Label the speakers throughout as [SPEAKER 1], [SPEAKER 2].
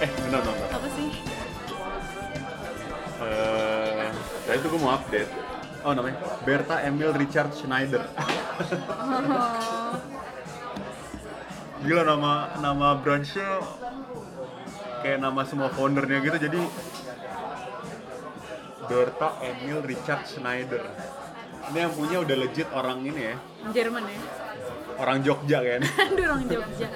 [SPEAKER 1] Eh, Eh, Tadi tuh gue ya mau update. Oh namanya Berta Emil Richard Schneider.
[SPEAKER 2] Oh.
[SPEAKER 1] Gila nama nama branchnya kayak nama semua foundernya gitu jadi Berta Emil Richard Schneider. Ini yang punya udah legit orang ini ya,
[SPEAKER 2] Jerman ya Iya
[SPEAKER 1] orang Jogja kan.
[SPEAKER 2] aduh orang Jogja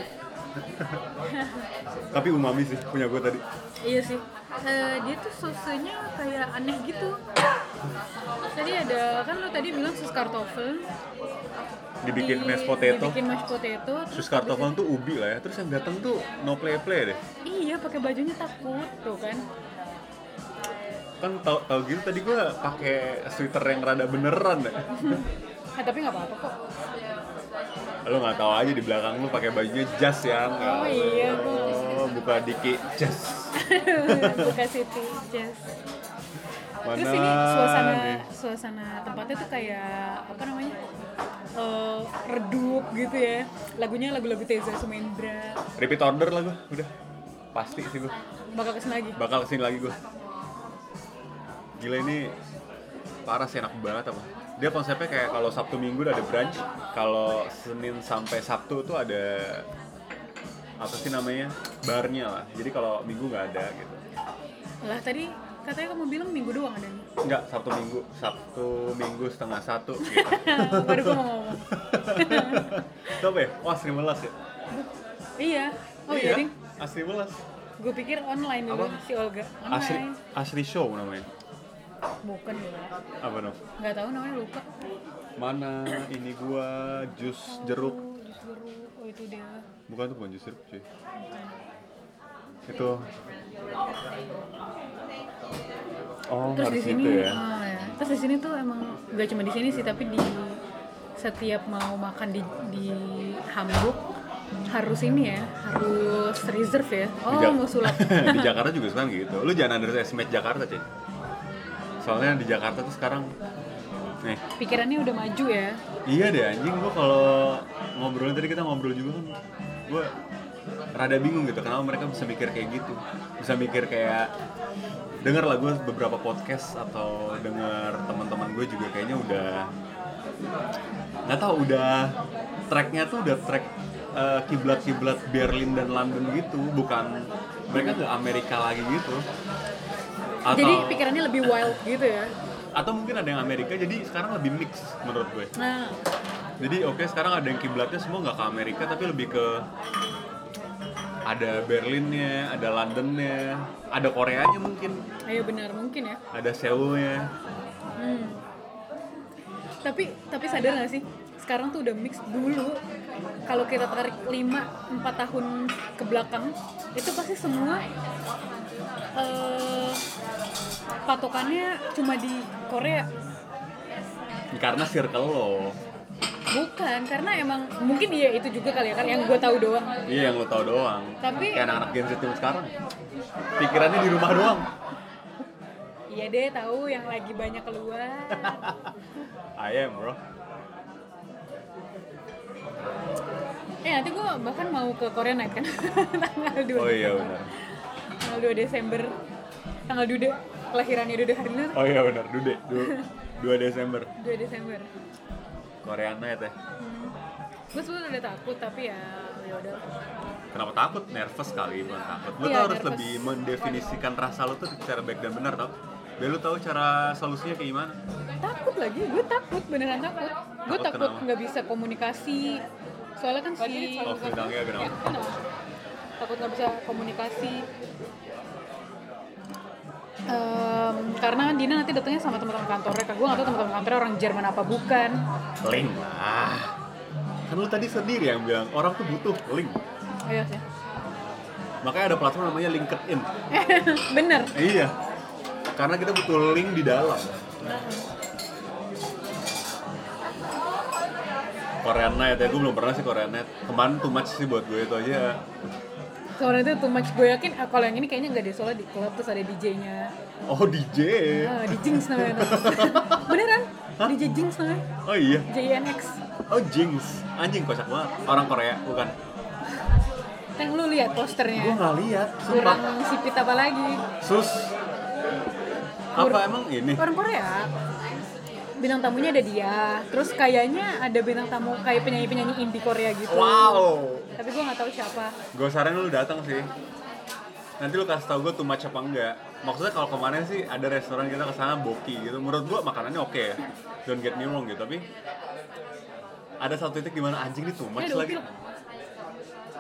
[SPEAKER 1] Tapi umami sih punya gue tadi.
[SPEAKER 2] iya sih Eh, dia tuh sosenya kayak aneh gitu tadi ada kan lo tadi bilang sus kartofel
[SPEAKER 1] Dibikin
[SPEAKER 2] di-
[SPEAKER 1] mashed potato.
[SPEAKER 2] dibikin mashed potato terus
[SPEAKER 1] Terus kartofel tuh ubi lah ya. Terus yang datang tuh no play play deh.
[SPEAKER 2] iya pakai bajunya takut tuh kan
[SPEAKER 1] Kan tau tau gitu tadi gue pakai sweater yang rada beneran deh.
[SPEAKER 2] nah, tapi nggak apa-apa kok
[SPEAKER 1] Lo nggak tahu aja di belakang lu pakai bajunya jas ya. nggak?
[SPEAKER 2] Oh, iya, gua.
[SPEAKER 1] Oh, buka dikit jas.
[SPEAKER 2] buka situ yes.
[SPEAKER 1] Mana
[SPEAKER 2] terus ini suasana
[SPEAKER 1] nih?
[SPEAKER 2] suasana tempatnya tuh kayak apa namanya Eh, redup gitu ya lagunya lagu-lagu Teza Sumendra
[SPEAKER 1] Repeat order lah gue, udah pasti sih gue
[SPEAKER 2] bakal kesini lagi
[SPEAKER 1] bakal kesini lagi gue. Gila ini parah sih enak banget apa? Dia konsepnya kayak kalau Sabtu Minggu ada brunch, kalau Senin sampai Sabtu tuh ada apa sih namanya barnya lah. Jadi kalau Minggu nggak ada gitu.
[SPEAKER 2] lah tadi katanya kamu bilang minggu doang adanya
[SPEAKER 1] Nggak Sabtu Minggu, Sabtu Minggu setengah satu. Gitu.
[SPEAKER 2] baru gue mau ngomong
[SPEAKER 1] Itu apa ya? Oh Asri Melas ya?
[SPEAKER 2] iya oh iya ding
[SPEAKER 1] Asri Melas.
[SPEAKER 2] gue pikir online dulu
[SPEAKER 1] Apa?
[SPEAKER 2] si Olga
[SPEAKER 1] Asri
[SPEAKER 2] online
[SPEAKER 1] Asri Show namanya.
[SPEAKER 2] bukan ya
[SPEAKER 1] Apa dong?
[SPEAKER 2] nggak tahu namanya lupa
[SPEAKER 1] Mana ini gua jus jeruk.
[SPEAKER 2] oh, jus jeruk. oh itu dia
[SPEAKER 1] Bukan tuh bukan jus jeruk cuy.
[SPEAKER 2] bukan
[SPEAKER 1] Itu Oh,
[SPEAKER 2] terus di
[SPEAKER 1] harus
[SPEAKER 2] sini
[SPEAKER 1] gitu ya.
[SPEAKER 2] oh, ya. terus di sini tuh emang gak cuma di sini sih tapi di setiap mau makan di di Hamburg harus ini ya harus reserve ya oh
[SPEAKER 1] Jak-
[SPEAKER 2] mau sulap
[SPEAKER 1] di Jakarta juga sekarang gitu. Lu jangan underestimate Jakarta, Cek. Soalnya di Jakarta tuh sekarang nih,
[SPEAKER 2] pikirannya udah maju ya
[SPEAKER 1] iya deh anjing gua kalau ngobrolin tadi kita ngobrol juga kan gua rada bingung gitu kenapa mereka bisa mikir kayak gitu. Bisa mikir kayak dengar lah gue beberapa podcast atau dengar teman-teman gue juga kayaknya udah nggak tahu udah tracknya tuh udah track eh, kiblat-kiblat Berlin dan London gitu bukan mereka ke Amerika lagi gitu atau
[SPEAKER 2] jadi pikirannya lebih wild gitu ya
[SPEAKER 1] atau mungkin ada yang Amerika jadi sekarang lebih mix menurut gue
[SPEAKER 2] nah
[SPEAKER 1] jadi oke sekarang ada yang kiblatnya semua nggak ke Amerika tapi lebih ke ada Berlinnya ada Londonnya ada Koreanya mungkin
[SPEAKER 2] ayo benar mungkin ya
[SPEAKER 1] ada Seoulnya
[SPEAKER 2] Hmm. Tapi tapi sadar gak sih? Sekarang tuh udah mix dulu. Kalau kita tarik 5 4 tahun ke belakang, itu pasti semua eh patokannya cuma di Korea.
[SPEAKER 1] karena circle lo
[SPEAKER 2] Bukan, karena emang mungkin iya itu juga kali ya kan yang gue tahu doang.
[SPEAKER 1] iya yang lo tau doang
[SPEAKER 2] Tapi-
[SPEAKER 1] kayak anak-anak Gen Z yang sekarang pikirannya di rumah doang
[SPEAKER 2] Iya deh, tahu yang lagi banyak keluar.
[SPEAKER 1] I am bro
[SPEAKER 2] eh, nanti gue bahkan mau ke Korea night kan. Tanggal 2.
[SPEAKER 1] oh iya benar
[SPEAKER 2] Tanggal 2 Desember. Tanggal 2 de- kelahirannya Dude Harlina
[SPEAKER 1] oh iya benar dude Du- 2 Desember
[SPEAKER 2] 2 Desember. Hmm.
[SPEAKER 1] Korean night ya
[SPEAKER 2] Gue sebenernya udah takut tapi ya yaudah.
[SPEAKER 1] kenapa takut nervous kali bukan takut lo
[SPEAKER 2] Iya,
[SPEAKER 1] tuh harus
[SPEAKER 2] nervous.
[SPEAKER 1] lebih mendefinisikan rasa lo tuh secara baik dan benar tau biar lo tahu cara solusinya kayak gimana
[SPEAKER 2] Takut lagi, gue takut beneran takut. Gue
[SPEAKER 1] Takut
[SPEAKER 2] takut
[SPEAKER 1] kenapa?
[SPEAKER 2] nggak bisa komunikasi. Soalnya kan si
[SPEAKER 1] oh bilangnya
[SPEAKER 2] Ya,
[SPEAKER 1] kenapa
[SPEAKER 2] kenapa? takut nggak bisa komunikasi. Em, karena kan Dina nanti datangnya sama teman-teman kantornya, gue nggak tahu teman-teman kantornya orang Jerman apa bukan.
[SPEAKER 1] link lah kan lo tadi sendiri yang bilang orang tuh butuh link
[SPEAKER 2] Ayo Oh, iya sih,
[SPEAKER 1] makanya ada platform namanya LinkedIn
[SPEAKER 2] bener.
[SPEAKER 1] Iya. Karena kita butuh link di dalam. Korean Night ya, gue belum pernah sih Korean Night Kemarin too much sih buat gue itu aja
[SPEAKER 2] Soalnya itu too much, gue yakin eh, kalau yang ini kayaknya nggak deh, soalnya di klub terus ada DJ-nya.
[SPEAKER 1] Oh DJ
[SPEAKER 2] Ah, di Jinx namanya tuh. Beneran? DJ Jinx namanya.
[SPEAKER 1] Oh iya
[SPEAKER 2] JNX.
[SPEAKER 1] Oh Jinx Anjing kocak banget Orang Korea bukan
[SPEAKER 2] Yang lu lihat
[SPEAKER 1] Gue
[SPEAKER 2] posternya.
[SPEAKER 1] gak lihat Sumpah
[SPEAKER 2] Kurang sipit apa lagi?
[SPEAKER 1] Sus Apa emang ini?
[SPEAKER 2] Orang Korea. Bintang tamunya ada dia. Terus kayaknya ada bintang tamu kayak penyanyi-penyanyi indie Korea gitu.
[SPEAKER 1] Wow.
[SPEAKER 2] Tapi gue nggak tahu siapa.
[SPEAKER 1] Gue saran lu datang sih. Nanti lu kasih tau gue too much apa enggak. Maksudnya kalau kemarin sih ada restoran kita kesana boki gitu. Menurut gue makanannya oke ya. Don't get me wrong gitu. Tapi ada satu titik dimana anjing ini too
[SPEAKER 2] Ini
[SPEAKER 1] much
[SPEAKER 2] ada
[SPEAKER 1] lagi.
[SPEAKER 2] upil.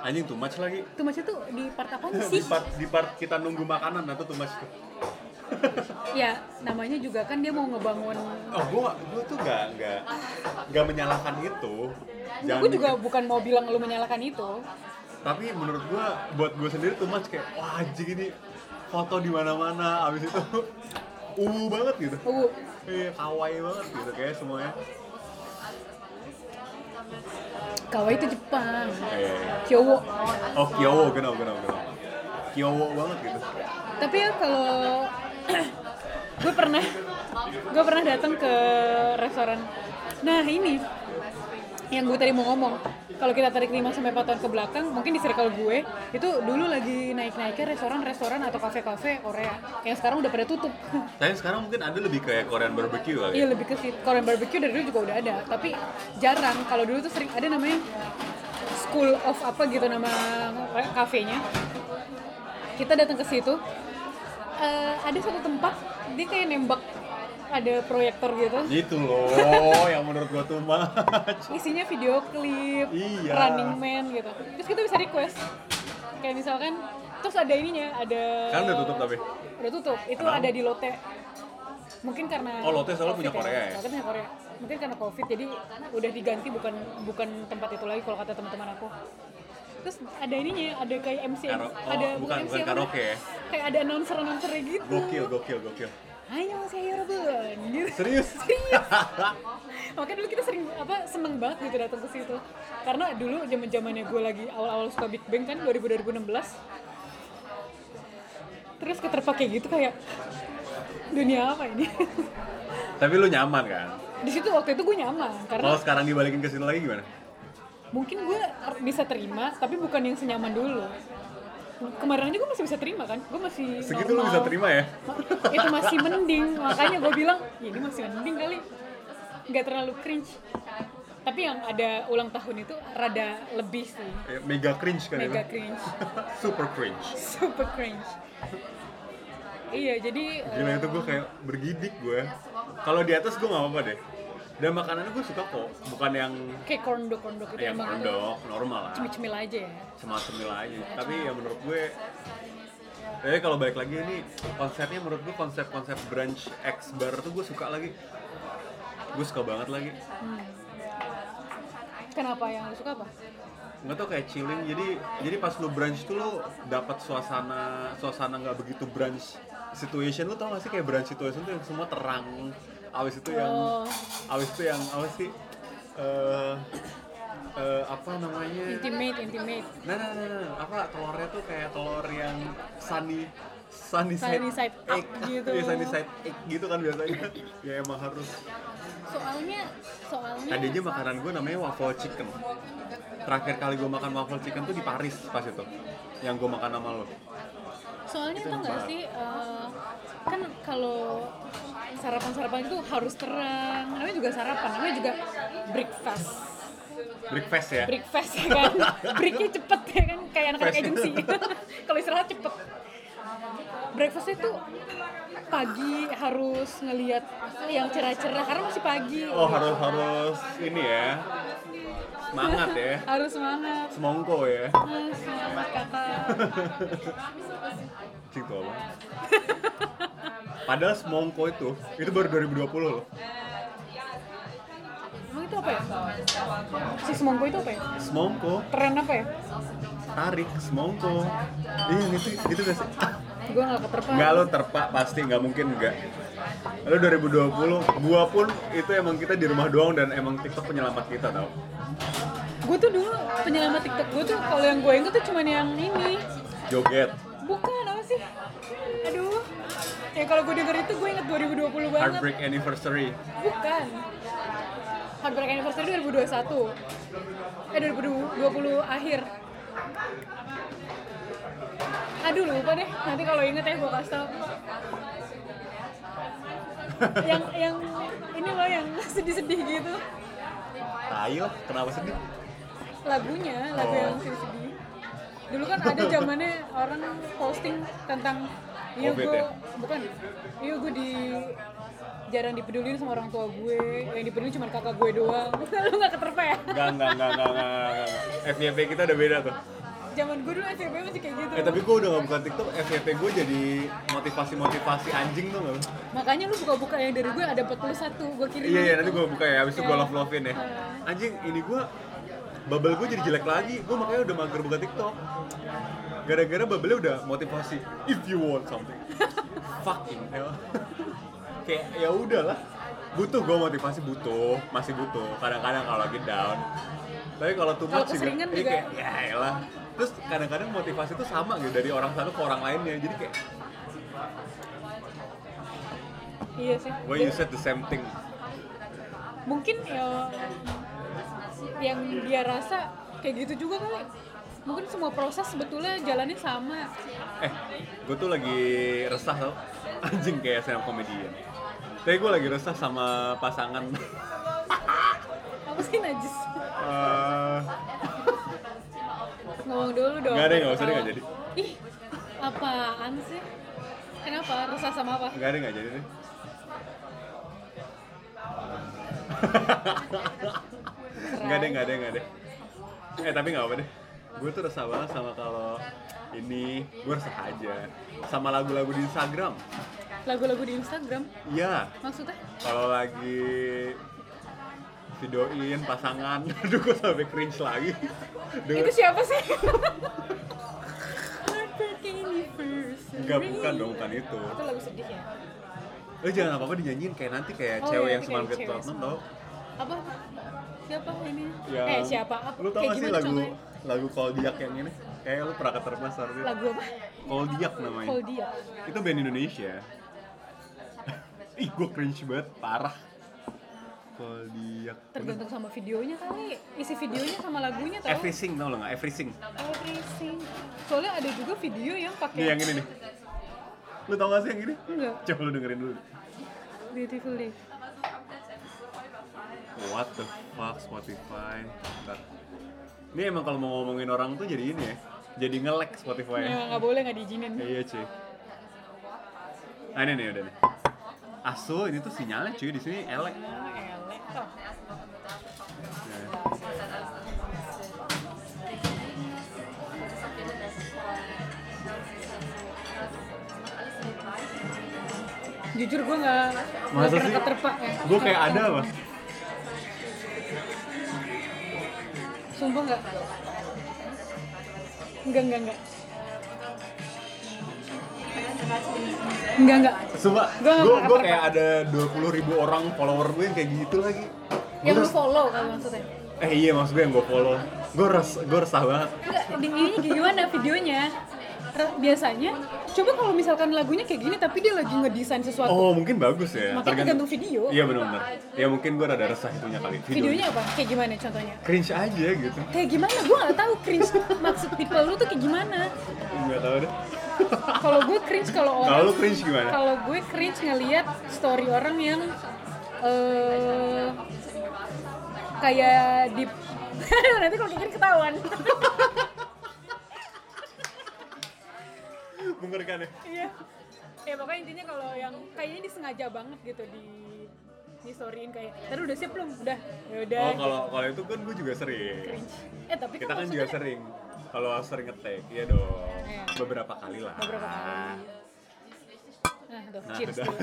[SPEAKER 1] Anjing too much lagi.
[SPEAKER 2] Tuh maksudnya tuh di part apanya
[SPEAKER 1] di
[SPEAKER 2] sih?
[SPEAKER 1] part di part kita nunggu makanan nah atau tuh masuk
[SPEAKER 2] Ya namanya juga kan dia mau ngebangun.
[SPEAKER 1] oh gua gua tuh gak nggak nggak menyalahkan itu Jangan
[SPEAKER 2] Gue juga
[SPEAKER 1] mikir.
[SPEAKER 2] bukan mau bilang lu menyalahkan itu.
[SPEAKER 1] tapi menurut gua buat gua sendiri tuh much kayak wah anjing ini foto di mana mana abis itu ungu banget gitu
[SPEAKER 2] Uh,
[SPEAKER 1] iya kawaii banget gitu kayak semuanya
[SPEAKER 2] kawai itu Jepang.
[SPEAKER 1] kayak
[SPEAKER 2] Cowok.
[SPEAKER 1] Iya, oh kyowo genau genau genau kyowo banget gitu
[SPEAKER 2] Tapi ya kalau gue pernah gue pernah datang ke restoran. Nah ini yang gue tadi mau ngomong. Kalau kita tarik 5 sampai 4 tahun ke belakang, mungkin di circle gue itu dulu lagi naik-naiknya restoran-restoran atau kafe-kafe Korea yang sekarang udah pada tutup.
[SPEAKER 1] tapi sekarang mungkin ada lebih kayak Korean barbecue kali ya.
[SPEAKER 2] Iya lebih ke situ. Korean barbecue dari dulu juga udah ada, tapi jarang. Kalau dulu tuh sering ada namanya School of apa gitu nama kafenya. Kita datang ke situ. eh, ada satu tempat dia kayak nembak ada proyektor gitu.
[SPEAKER 1] itu loh yang menurut gua tuh much
[SPEAKER 2] Isinya video klip,
[SPEAKER 1] Iya.
[SPEAKER 2] Running Man gitu. Terus kita bisa request. Kayak misalkan terus ada ininya, ada
[SPEAKER 1] Sekarang Kan udah tutup tapi?
[SPEAKER 2] Udah tutup. Itu
[SPEAKER 1] Kenapa?
[SPEAKER 2] ada di Lotte. Mungkin karena
[SPEAKER 1] Oh, Lotte soalnya punya
[SPEAKER 2] COVID
[SPEAKER 1] Korea ya?
[SPEAKER 2] Lotte punya Korea. Mungkin karena Covid jadi udah diganti bukan bukan tempat itu lagi kalau kata teman-teman aku. Terus ada ininya, ada kayak MC,
[SPEAKER 1] Karo- oh,
[SPEAKER 2] ada
[SPEAKER 1] bukan- bukan
[SPEAKER 2] apa
[SPEAKER 1] karaoke
[SPEAKER 2] namanya?
[SPEAKER 1] ya?
[SPEAKER 2] Kayak ada announcer announcer gitu.
[SPEAKER 1] gokil gokil gokil
[SPEAKER 2] Ayo saya Yorobun. Gitu.
[SPEAKER 1] serius
[SPEAKER 2] Makanya dulu kita sering apa seneng banget gitu datang ke situ. Karena dulu zaman zamannya gue lagi awal-awal suka Big Bang kan 2000-2016. Terus keterpakai gitu kayak dunia apa ini?
[SPEAKER 1] tapi lu nyaman kan
[SPEAKER 2] di situ waktu itu gue nyaman
[SPEAKER 1] Kalau
[SPEAKER 2] karena
[SPEAKER 1] sekarang dibalikin ke situ lagi gimana?
[SPEAKER 2] mungkin gue bisa terima tapi bukan yang senyaman dulu. Kemarin aja gue masih bisa terima kan? Gue masih
[SPEAKER 1] Segitu lu
[SPEAKER 2] normal.
[SPEAKER 1] bisa terima ya?
[SPEAKER 2] Ma- itu masih mending makanya gue bilang "Ya, ini masih mending kali nggak terlalu cringe tapi yang ada ulang tahun itu rada lebih sih
[SPEAKER 1] Eh, Mega cringe kan
[SPEAKER 2] mega
[SPEAKER 1] itu?
[SPEAKER 2] cringe
[SPEAKER 1] Super cringe.
[SPEAKER 2] super cringe iya jadi eh,
[SPEAKER 1] Gila itu gue kayak bergidik gue. Kalau di atas gue gak apa-apa deh. Dan makanannya gue suka kok, bukan yang
[SPEAKER 2] kayak korndok korndok itu
[SPEAKER 1] yang
[SPEAKER 2] emang
[SPEAKER 1] Iya, kondok, normal lah.
[SPEAKER 2] cemil-cemil aja ya
[SPEAKER 1] Cuma cemil aja. Tapi ya menurut gue Eh kalau balik lagi ini konsepnya menurut gue konsep-konsep brunch X bar tuh gue suka lagi. Gue suka banget lagi.
[SPEAKER 2] kenapa yang lu suka apa
[SPEAKER 1] nggak tau kayak chilling jadi jadi pas lu brunch tuh lu dapat suasana suasana nggak begitu brunch situation lu tau gak sih kayak brunch situation tuh yang semua terang awis itu yang
[SPEAKER 2] Oh.
[SPEAKER 1] awis itu yang apa sih eh eh, apa namanya
[SPEAKER 2] intimate intimate
[SPEAKER 1] nah, nah, nah, nah, apa telurnya tuh kayak telur yang sunny sunny side,
[SPEAKER 2] Sunny side up
[SPEAKER 1] egg
[SPEAKER 2] gitu.
[SPEAKER 1] Iya, sunny side egg gitu kan biasanya ya emang harus
[SPEAKER 2] soalnya soalnya
[SPEAKER 1] Tadi aja makanan gue namanya waffle chicken. Terakhir kali gue makan waffle chicken tuh di Paris pas itu. Yang gue makan sama lo.
[SPEAKER 2] soalnya itu nggak sih eh, kan kalau sarapan-sarapan itu harus terang namanya juga sarapan namanya juga breakfast
[SPEAKER 1] Breakfast ya.
[SPEAKER 2] breakfast ya kan breaknya cepet ya kan kayak anak-anak
[SPEAKER 1] Fast.
[SPEAKER 2] agensi kalau istirahat cepet breakfast itu pagi harus ngelihat yang cerah-cerah karena masih pagi
[SPEAKER 1] Oh harus harus ini ya. Semangat ya.
[SPEAKER 2] harus semangat
[SPEAKER 1] Semongko ya.
[SPEAKER 2] Ah, semangat kakak
[SPEAKER 1] Cing tua banget. Padahal semongko itu itu baru 2020 loh.
[SPEAKER 2] emang itu apa ya si semongko itu apa ya
[SPEAKER 1] Semongko,
[SPEAKER 2] tren apa ya
[SPEAKER 1] tarik semongko. Iya gitu gitu gak sih?
[SPEAKER 2] gue nggak keterpakai
[SPEAKER 1] Enggak lo terpak pasti nggak mungkin enggak. Lo 2020, gua pun itu emang kita di rumah doang dan emang TikTok penyelamat kita tau.
[SPEAKER 2] gue tuh dulu penyelamat TikTok gue tuh kalau yang gue inget tuh cuman yang ini
[SPEAKER 1] Joget,
[SPEAKER 2] bukan apa sih aduh ya kalau gue denger itu gue inget 2020 banget
[SPEAKER 1] Heartbreak Anniversary.
[SPEAKER 2] bukan Heartbreak Anniversary 2021 eh 2020 akhir aduh lupa deh nanti kalau inget ya gue kasih tau yang yang ini loh yang sedih-sedih gitu
[SPEAKER 1] Tai lah, kenapa sedih?
[SPEAKER 2] lagunya lagu
[SPEAKER 1] Oh.
[SPEAKER 2] yang sedih-sedih dulu kan ada zamannya orang posting tentang iya
[SPEAKER 1] Covid
[SPEAKER 2] gue
[SPEAKER 1] ya?
[SPEAKER 2] bukan iya gue di jarang dipedulin sama orang tua gue yang dipeduli cuma kakak gue doang lu nggak keterpa ya
[SPEAKER 1] Enggak, enggak, enggak, enggak, enggak, enggak, enggak. FYP kita udah beda tuh.
[SPEAKER 2] zaman gue dulu SMP masih kayak gitu
[SPEAKER 1] Eh tapi gue udah gak buka TikTok, FYP gue jadi motivasi-motivasi anjing tuh gak?
[SPEAKER 2] makanya lu buka-buka yang dari gue ada 41 gue kirim
[SPEAKER 1] Iya, iya nanti gue buka ya, abis itu gue
[SPEAKER 2] Iya.
[SPEAKER 1] love-lovein ya
[SPEAKER 2] Heeh.
[SPEAKER 1] Anjing, ini gue, bubble gue jadi jelek lagi, gue makanya udah mager buka TikTok Gara-gara bubble udah motivasi, if you want something Fucking hell Kayak ya udahlah butuh gue motivasi butuh masih butuh kadang-kadang kalau lagi down tapi kalau too
[SPEAKER 2] Kalau
[SPEAKER 1] much
[SPEAKER 2] keseringan
[SPEAKER 1] iya,
[SPEAKER 2] juga.
[SPEAKER 1] kayak ya elah terus kadang-kadang motivasi tuh sama gitu dari orang satu ke orang lainnya jadi kayak
[SPEAKER 2] iya sih
[SPEAKER 1] well you said the same thing
[SPEAKER 2] mungkin ya yang dia rasa kayak gitu juga kali mungkin semua proses sebetulnya jalannya sama
[SPEAKER 1] Eh, gue tuh lagi resah tau Anjing kayak stand up comedian Tapi gue lagi resah sama pasangan
[SPEAKER 2] apa sih najis
[SPEAKER 1] Eh,
[SPEAKER 2] ngomong dulu dong
[SPEAKER 1] Nggak deh, nggak usah deh,
[SPEAKER 2] Ketawa.
[SPEAKER 1] nggak jadi.
[SPEAKER 2] ih apaan sih kenapa resah sama apa
[SPEAKER 1] Nggak ada nggak jadi deh Nggak ada nggak ada nggak ada Eh tapi nggak apa deh Gue tuh resah banget sama kalau ini Gue resah aja Sama lagu-lagu di Instagram
[SPEAKER 2] lagu-lagu di Instagram
[SPEAKER 1] Iya
[SPEAKER 2] maksudnya
[SPEAKER 1] Kalau lagi videoin pasangan Aduh gue sampai cringe lagi Dengan-
[SPEAKER 2] itu siapa sih Heartbreaking anniversary.
[SPEAKER 1] Enggak, bukan dong, bukan itu.
[SPEAKER 2] Itu lagu sedih ya?
[SPEAKER 1] Lu jangan apa-apa dinyanyiin kayak nanti kayak
[SPEAKER 2] Oh,
[SPEAKER 1] cewek
[SPEAKER 2] iya,
[SPEAKER 1] yang
[SPEAKER 2] nanti
[SPEAKER 1] semalam
[SPEAKER 2] kayak
[SPEAKER 1] ke
[SPEAKER 2] cewek
[SPEAKER 1] Tottenham tau
[SPEAKER 2] Apa? Siapa ini?
[SPEAKER 1] Yang-
[SPEAKER 2] Eh siapa? Apa?
[SPEAKER 1] Ya, Lu tau
[SPEAKER 2] Kayak
[SPEAKER 1] gak sih
[SPEAKER 2] gimana
[SPEAKER 1] lagu
[SPEAKER 2] contohnya?
[SPEAKER 1] lagu Koldiak yang ini? Kayak lu pernah keterpas harusnya
[SPEAKER 2] Lagu apa?
[SPEAKER 1] Koldiak namanya
[SPEAKER 2] Kalau dia
[SPEAKER 1] Itu band Indonesia Ih gue cringe banget, parah Koldiak
[SPEAKER 2] Tergantung sama videonya kali Isi videonya sama lagunya tau
[SPEAKER 1] Everything tau lo gak? Everything
[SPEAKER 2] Everything. Soalnya ada juga video yang
[SPEAKER 1] Nih
[SPEAKER 2] pakai
[SPEAKER 1] yang ini nih Lu tau gak sih yang ini?
[SPEAKER 2] Enggak,
[SPEAKER 1] Coba lu dengerin dulu
[SPEAKER 2] beautiful day
[SPEAKER 1] What the fuck Spotify Bentar. Ini emang kalau mau ngomongin orang tuh jadi ini ya Jadi nge-lag Spotify
[SPEAKER 2] Ya nggak boleh nggak diizinin
[SPEAKER 1] Iya cuy. Ah ini nih udah nih. Asu ini tuh sinyalnya cuy di sini elek.
[SPEAKER 2] Ah, elek toh.
[SPEAKER 1] Nah.
[SPEAKER 2] Jujur gue nggak nggak
[SPEAKER 1] Masa
[SPEAKER 2] pernah
[SPEAKER 1] sih?
[SPEAKER 2] keterpa ya.
[SPEAKER 1] Gue kayak ada apa?
[SPEAKER 2] Sumpah nggak. Enggak enggak enggak. Enggak enggak.
[SPEAKER 1] Coba,
[SPEAKER 2] Gua
[SPEAKER 1] gue
[SPEAKER 2] nggak
[SPEAKER 1] gue
[SPEAKER 2] pernah.
[SPEAKER 1] kayak ada 20.000 ribu orang follower gue yang kayak gitu lagi. Gua
[SPEAKER 2] Yang lu
[SPEAKER 1] res-
[SPEAKER 2] follow kalau maksudnya.
[SPEAKER 1] eh iya maksud gue yang gue follow. Gue res, gue resah banget.
[SPEAKER 2] Enggak, di ini gimana videonya? Ter- Biasanya, coba kalau misalkan lagunya kayak gini tapi dia lagi ngedesain sesuatu.
[SPEAKER 1] Oh mungkin bagus ya.
[SPEAKER 2] Makanya tergantung video.
[SPEAKER 1] Iya benar-benar. Ya mungkin gue rada resah itunya kali.
[SPEAKER 2] Videonya apa? Kayak gimana contohnya?
[SPEAKER 1] cringe aja gitu.
[SPEAKER 2] Kayak gimana? Gue nggak tahu cringe maksud people lu tuh kayak gimana.
[SPEAKER 1] Gak tau deh.
[SPEAKER 2] Kalau gue cringe kalau orang
[SPEAKER 1] Kalau lu cringe gimana?
[SPEAKER 2] Oh. Kalau gue cringe ngelihat story orang yang eh kayak di nanti kalau kayak gini ketahuan.
[SPEAKER 1] Mengerikan ya.
[SPEAKER 2] Iya. ya pokoknya intinya kalau yang kayaknya disengaja banget gitu di di storyin kayak tadi udah siap belum udah ya udah
[SPEAKER 1] Oh kalau kalau itu kan gue juga sering.
[SPEAKER 2] cringe eh tapi
[SPEAKER 1] kita kan juga
[SPEAKER 2] maksudnya-
[SPEAKER 1] sering kalau sering ngetek ya dong
[SPEAKER 2] Iya.
[SPEAKER 1] beberapa kali lah
[SPEAKER 2] Beberapa kali. nah tuh
[SPEAKER 1] Nah,
[SPEAKER 2] cheers
[SPEAKER 1] udah.
[SPEAKER 2] dulu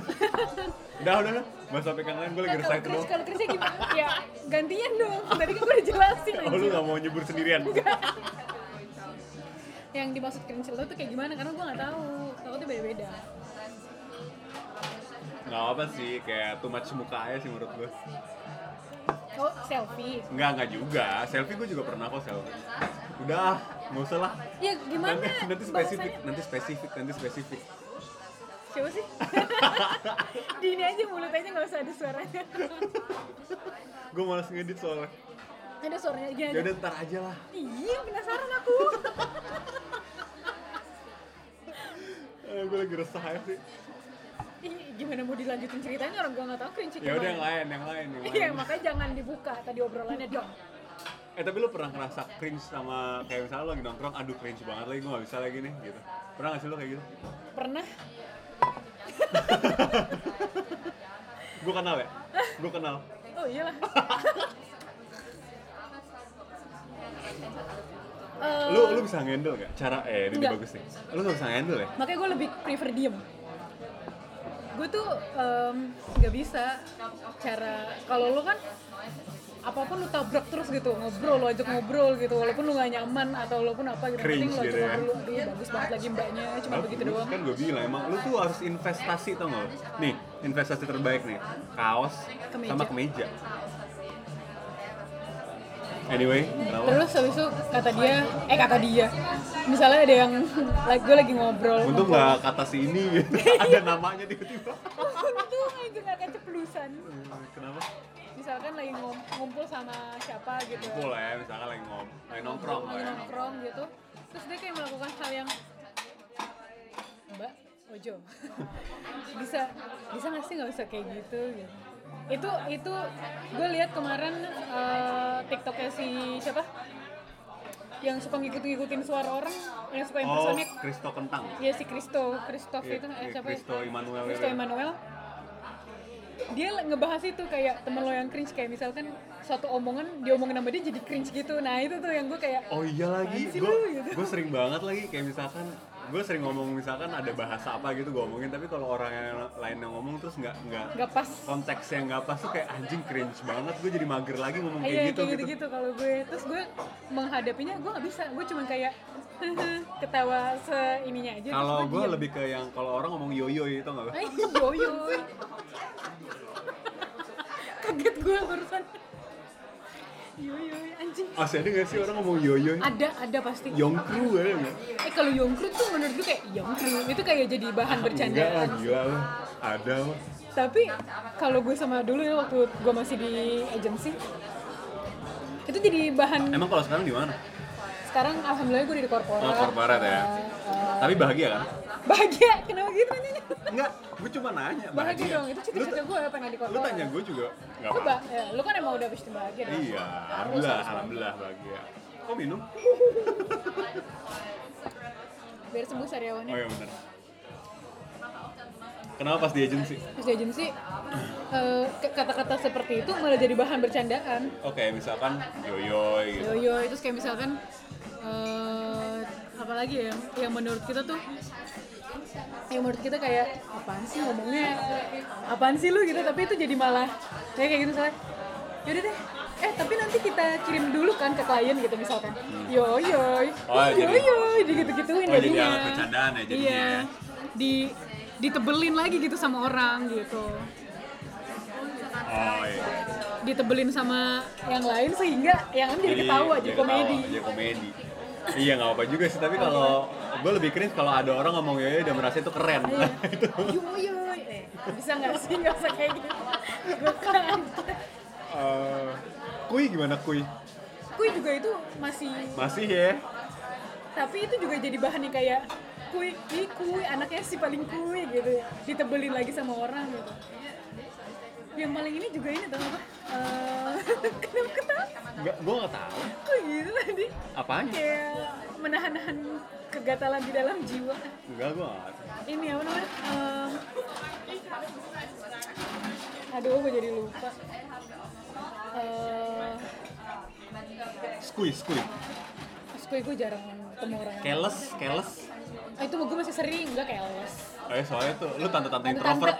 [SPEAKER 1] udah udah udah bahasa pegang lain gue lagi
[SPEAKER 2] Nah, kalau
[SPEAKER 1] resah itu
[SPEAKER 2] cringe
[SPEAKER 1] doang.
[SPEAKER 2] kalau cringe gimana ya gantian dong tadi kan gue udah jelasin
[SPEAKER 1] oh lu
[SPEAKER 2] anjir.
[SPEAKER 1] nggak mau nyebur sendirian
[SPEAKER 2] yang dimaksud cringe lo tuh kayak gimana karena gue nggak tahu takutnya beda beda
[SPEAKER 1] nggak apa sih kayak too much muka aja sih menurut gue
[SPEAKER 2] oh selfie
[SPEAKER 1] nggak nggak juga selfie gue juga pernah kok selfie udah nggak usah lah
[SPEAKER 2] ya gimana
[SPEAKER 1] nanti, nanti spesifik
[SPEAKER 2] bahasanya?
[SPEAKER 1] nanti spesifik nanti spesifik
[SPEAKER 2] siapa sih di ini aja mulut aja nggak usah ada suaranya
[SPEAKER 1] gue malas ngedit soalnya
[SPEAKER 2] ada suaranya gini aja.
[SPEAKER 1] ya udah ntar aja lah
[SPEAKER 2] Iya, penasaran aku.
[SPEAKER 1] eh, gue lagi resah aja sih
[SPEAKER 2] Ih, gimana mau dilanjutin ceritanya orang gua nggak tahu cringe
[SPEAKER 1] ya udah yang
[SPEAKER 2] gimana.
[SPEAKER 1] lain yang lain yang lain
[SPEAKER 2] Iya, makanya jangan dibuka tadi obrolannya dong.
[SPEAKER 1] eh tapi lu pernah ngerasa cringe sama kayak misalnya lu lagi nongkrong aduh cringe banget lagi gue gak bisa lagi nih gitu pernah gak sih lu kayak gitu
[SPEAKER 2] Pernah
[SPEAKER 1] gue kenal ya gue kenal
[SPEAKER 2] Oh iyalah. Eh,
[SPEAKER 1] lu lu bisa handle gak cara eh ini
[SPEAKER 2] Enggak.
[SPEAKER 1] bagus nih lu gak bisa handle ya
[SPEAKER 2] makanya gue lebih prefer diem. Gue tuh em, nggak bisa cara kalau lu kan apapun lu tabrak terus gitu ngobrol lu ajak ngobrol gitu walaupun lu gak nyaman atau walaupun apa gitu Yang penting
[SPEAKER 1] Cringe
[SPEAKER 2] lu ajak
[SPEAKER 1] gitu ya.
[SPEAKER 2] ngobrol aduh bagus banget lagi mbaknya cuma
[SPEAKER 1] Nah,
[SPEAKER 2] begitu
[SPEAKER 1] lu-
[SPEAKER 2] doang
[SPEAKER 1] kan gue bilang emang lu tuh harus investasi tau gak lu? nih investasi terbaik nih kaos
[SPEAKER 2] Kemeja.
[SPEAKER 1] sama kemeja anyway kenapa?
[SPEAKER 2] terus habis itu kata dia eh kata dia misalnya ada yang lagi gue lagi ngobrol
[SPEAKER 1] untung nggak kata si ini gitu ada namanya tiba-tiba
[SPEAKER 2] untung aja nggak keceplusan
[SPEAKER 1] Hmm, kenapa
[SPEAKER 2] misalkan lagi ngom- ngumpul sama siapa gitu
[SPEAKER 1] ngumpul ya misalkan lagi ngom lagi nongkrong lah
[SPEAKER 2] lagi
[SPEAKER 1] ya.
[SPEAKER 2] nongkrong gitu terus dia kayak melakukan hal yang mbak ojo bisa bisa nggak sih nggak usah kayak gitu gitu itu itu gue lihat kemarin eh, tiktoknya si siapa yang suka ngikut-ngikutin suara orang yang suka
[SPEAKER 1] oh
[SPEAKER 2] impersonate
[SPEAKER 1] Kristo kentang
[SPEAKER 2] Iya si Kristo, Kristof
[SPEAKER 1] Iya,
[SPEAKER 2] itu eh,
[SPEAKER 1] iya,
[SPEAKER 2] siapa? ya?
[SPEAKER 1] Kristo Immanuel
[SPEAKER 2] Kristo
[SPEAKER 1] itu.
[SPEAKER 2] Immanuel. Dia le- ngebahas itu kayak temen lo yang cringe kayak misalkan suatu omongan diomongin sama dia jadi cringe gitu. Nah itu tuh yang gue kayak
[SPEAKER 1] oh iya lagi
[SPEAKER 2] Apaan sih
[SPEAKER 1] gue
[SPEAKER 2] lu, gitu?
[SPEAKER 1] gue sering banget lagi kayak misalkan gue sering ngomong misalkan ada bahasa apa gitu gue omongin tapi kalau orang yang lain yang ngomong terus nggak nggak
[SPEAKER 2] nggak pas.
[SPEAKER 1] konteksnya nggak pas tuh kayak anjing cringe banget gue jadi mager lagi ngomong kayak
[SPEAKER 2] Iya
[SPEAKER 1] gitu
[SPEAKER 2] kayak
[SPEAKER 1] gitu
[SPEAKER 2] gitu-gitu kalau gue terus gue menghadapinya gue nggak bisa gue cuman kayak ketawa seininya aja. terus
[SPEAKER 1] kalau gue
[SPEAKER 2] diem.
[SPEAKER 1] lebih ke yang kalau orang ngomong yoyo itu nggak lu?
[SPEAKER 2] Ay, yoyo. Kaget gue barusan. Yoyo anjing.
[SPEAKER 1] ah ada nggak sih orang ngomong yoyo
[SPEAKER 2] Ada ada pasti.
[SPEAKER 1] yongkru ya nggak?
[SPEAKER 2] Eh kalau Yongkru tuh menurut gue kayak Yongkru itu kayak jadi
[SPEAKER 1] enggak
[SPEAKER 2] bahan
[SPEAKER 1] lah
[SPEAKER 2] bercandaan.
[SPEAKER 1] gila lah ada lah
[SPEAKER 2] Tapi kalau gue sama dulu ya waktu gue masih di agency itu jadi bahan.
[SPEAKER 1] emang kalau sekarang di mana
[SPEAKER 2] Sekarang alhamdulillah gue udah di korporat.
[SPEAKER 1] Oh, korporat ya.
[SPEAKER 2] Eh,
[SPEAKER 1] tapi bahagia kan
[SPEAKER 2] bahagia kenapa gitu nanya?
[SPEAKER 1] Enggak, gue cuma nanya.
[SPEAKER 2] Bahagia dong itu
[SPEAKER 1] Lu,
[SPEAKER 2] cita-cita gue pengen di
[SPEAKER 1] lu
[SPEAKER 2] korporat.
[SPEAKER 1] tanya gue juga. Enggak
[SPEAKER 2] Coba,
[SPEAKER 1] apa.
[SPEAKER 2] ya, lu kan emang udah pasti bahagia dong.
[SPEAKER 1] Iya, alhamdulillah, alhamdulillah bahagia. Kok minum?
[SPEAKER 2] Biar sembuh sariawannya.
[SPEAKER 1] Oh iya benar. Kenapa pas di agency?
[SPEAKER 2] Terus di agency eh, ke- kata-kata seperti itu malah jadi bahan bercandaan.
[SPEAKER 1] Oke, misalkan yoyoy gitu.
[SPEAKER 2] Yoyo itu kayak misalkan eh apa lagi ya yang menurut kita tuh yang menurut kita kayak apaan sih ngomongnya apaan sih lu gitu tapi itu jadi malah ya kayak gitu misalnya yaudah deh eh tapi nanti kita kirim dulu kan ke klien gitu misalkan yoyo
[SPEAKER 1] Hmm. Oh, jadi-
[SPEAKER 2] yoyo di gitu gituin
[SPEAKER 1] Oh, jadi alat bercandaan ya jadinya ya.
[SPEAKER 2] iya di ditebelin lagi gitu sama orang gitu
[SPEAKER 1] Oh iya.
[SPEAKER 2] ditebelin sama yang lain sehingga yang lain jadi ketawa jadi
[SPEAKER 1] ketawa,
[SPEAKER 2] komedi
[SPEAKER 1] Jadi komedi. iya nggak apa juga sih, tapi kalau gue lebih keren kalau ada orang ngomong yoyoy udah merasa itu keren.
[SPEAKER 2] Iya.
[SPEAKER 1] Itu
[SPEAKER 2] Yuyu, eh bisa nggak sih nggak usah kayak gitu? kan. Gue kangen.
[SPEAKER 1] eh, kui gimana kui?
[SPEAKER 2] Kui juga itu masih,
[SPEAKER 1] Masih ya?
[SPEAKER 2] tapi itu juga jadi bahan yang kayak kui, ih kui, anaknya si paling kui gitu, ditebelin lagi sama orang gitu. Yang paling ini juga ini tau apa? Eh, Kenapa ketawa?
[SPEAKER 1] Enggak, gue nggak tahu.
[SPEAKER 2] Kok gitu tadi?
[SPEAKER 1] Apanya?
[SPEAKER 2] Kayak menahan-nahan kegatalan di dalam jiwa.
[SPEAKER 1] Enggak, gue nggak tahu.
[SPEAKER 2] Ini apa namanya? Eh, aduh, gue jadi lupa. Eh,
[SPEAKER 1] Skui, skui.
[SPEAKER 2] Terus gue, gue jarang ketemu orang yang-
[SPEAKER 1] Keles, keles.
[SPEAKER 2] Ah, itu gue masih sering, gue keles
[SPEAKER 1] Oh ya, soalnya tuh lu tante-tante introvert.
[SPEAKER 2] Tante-tante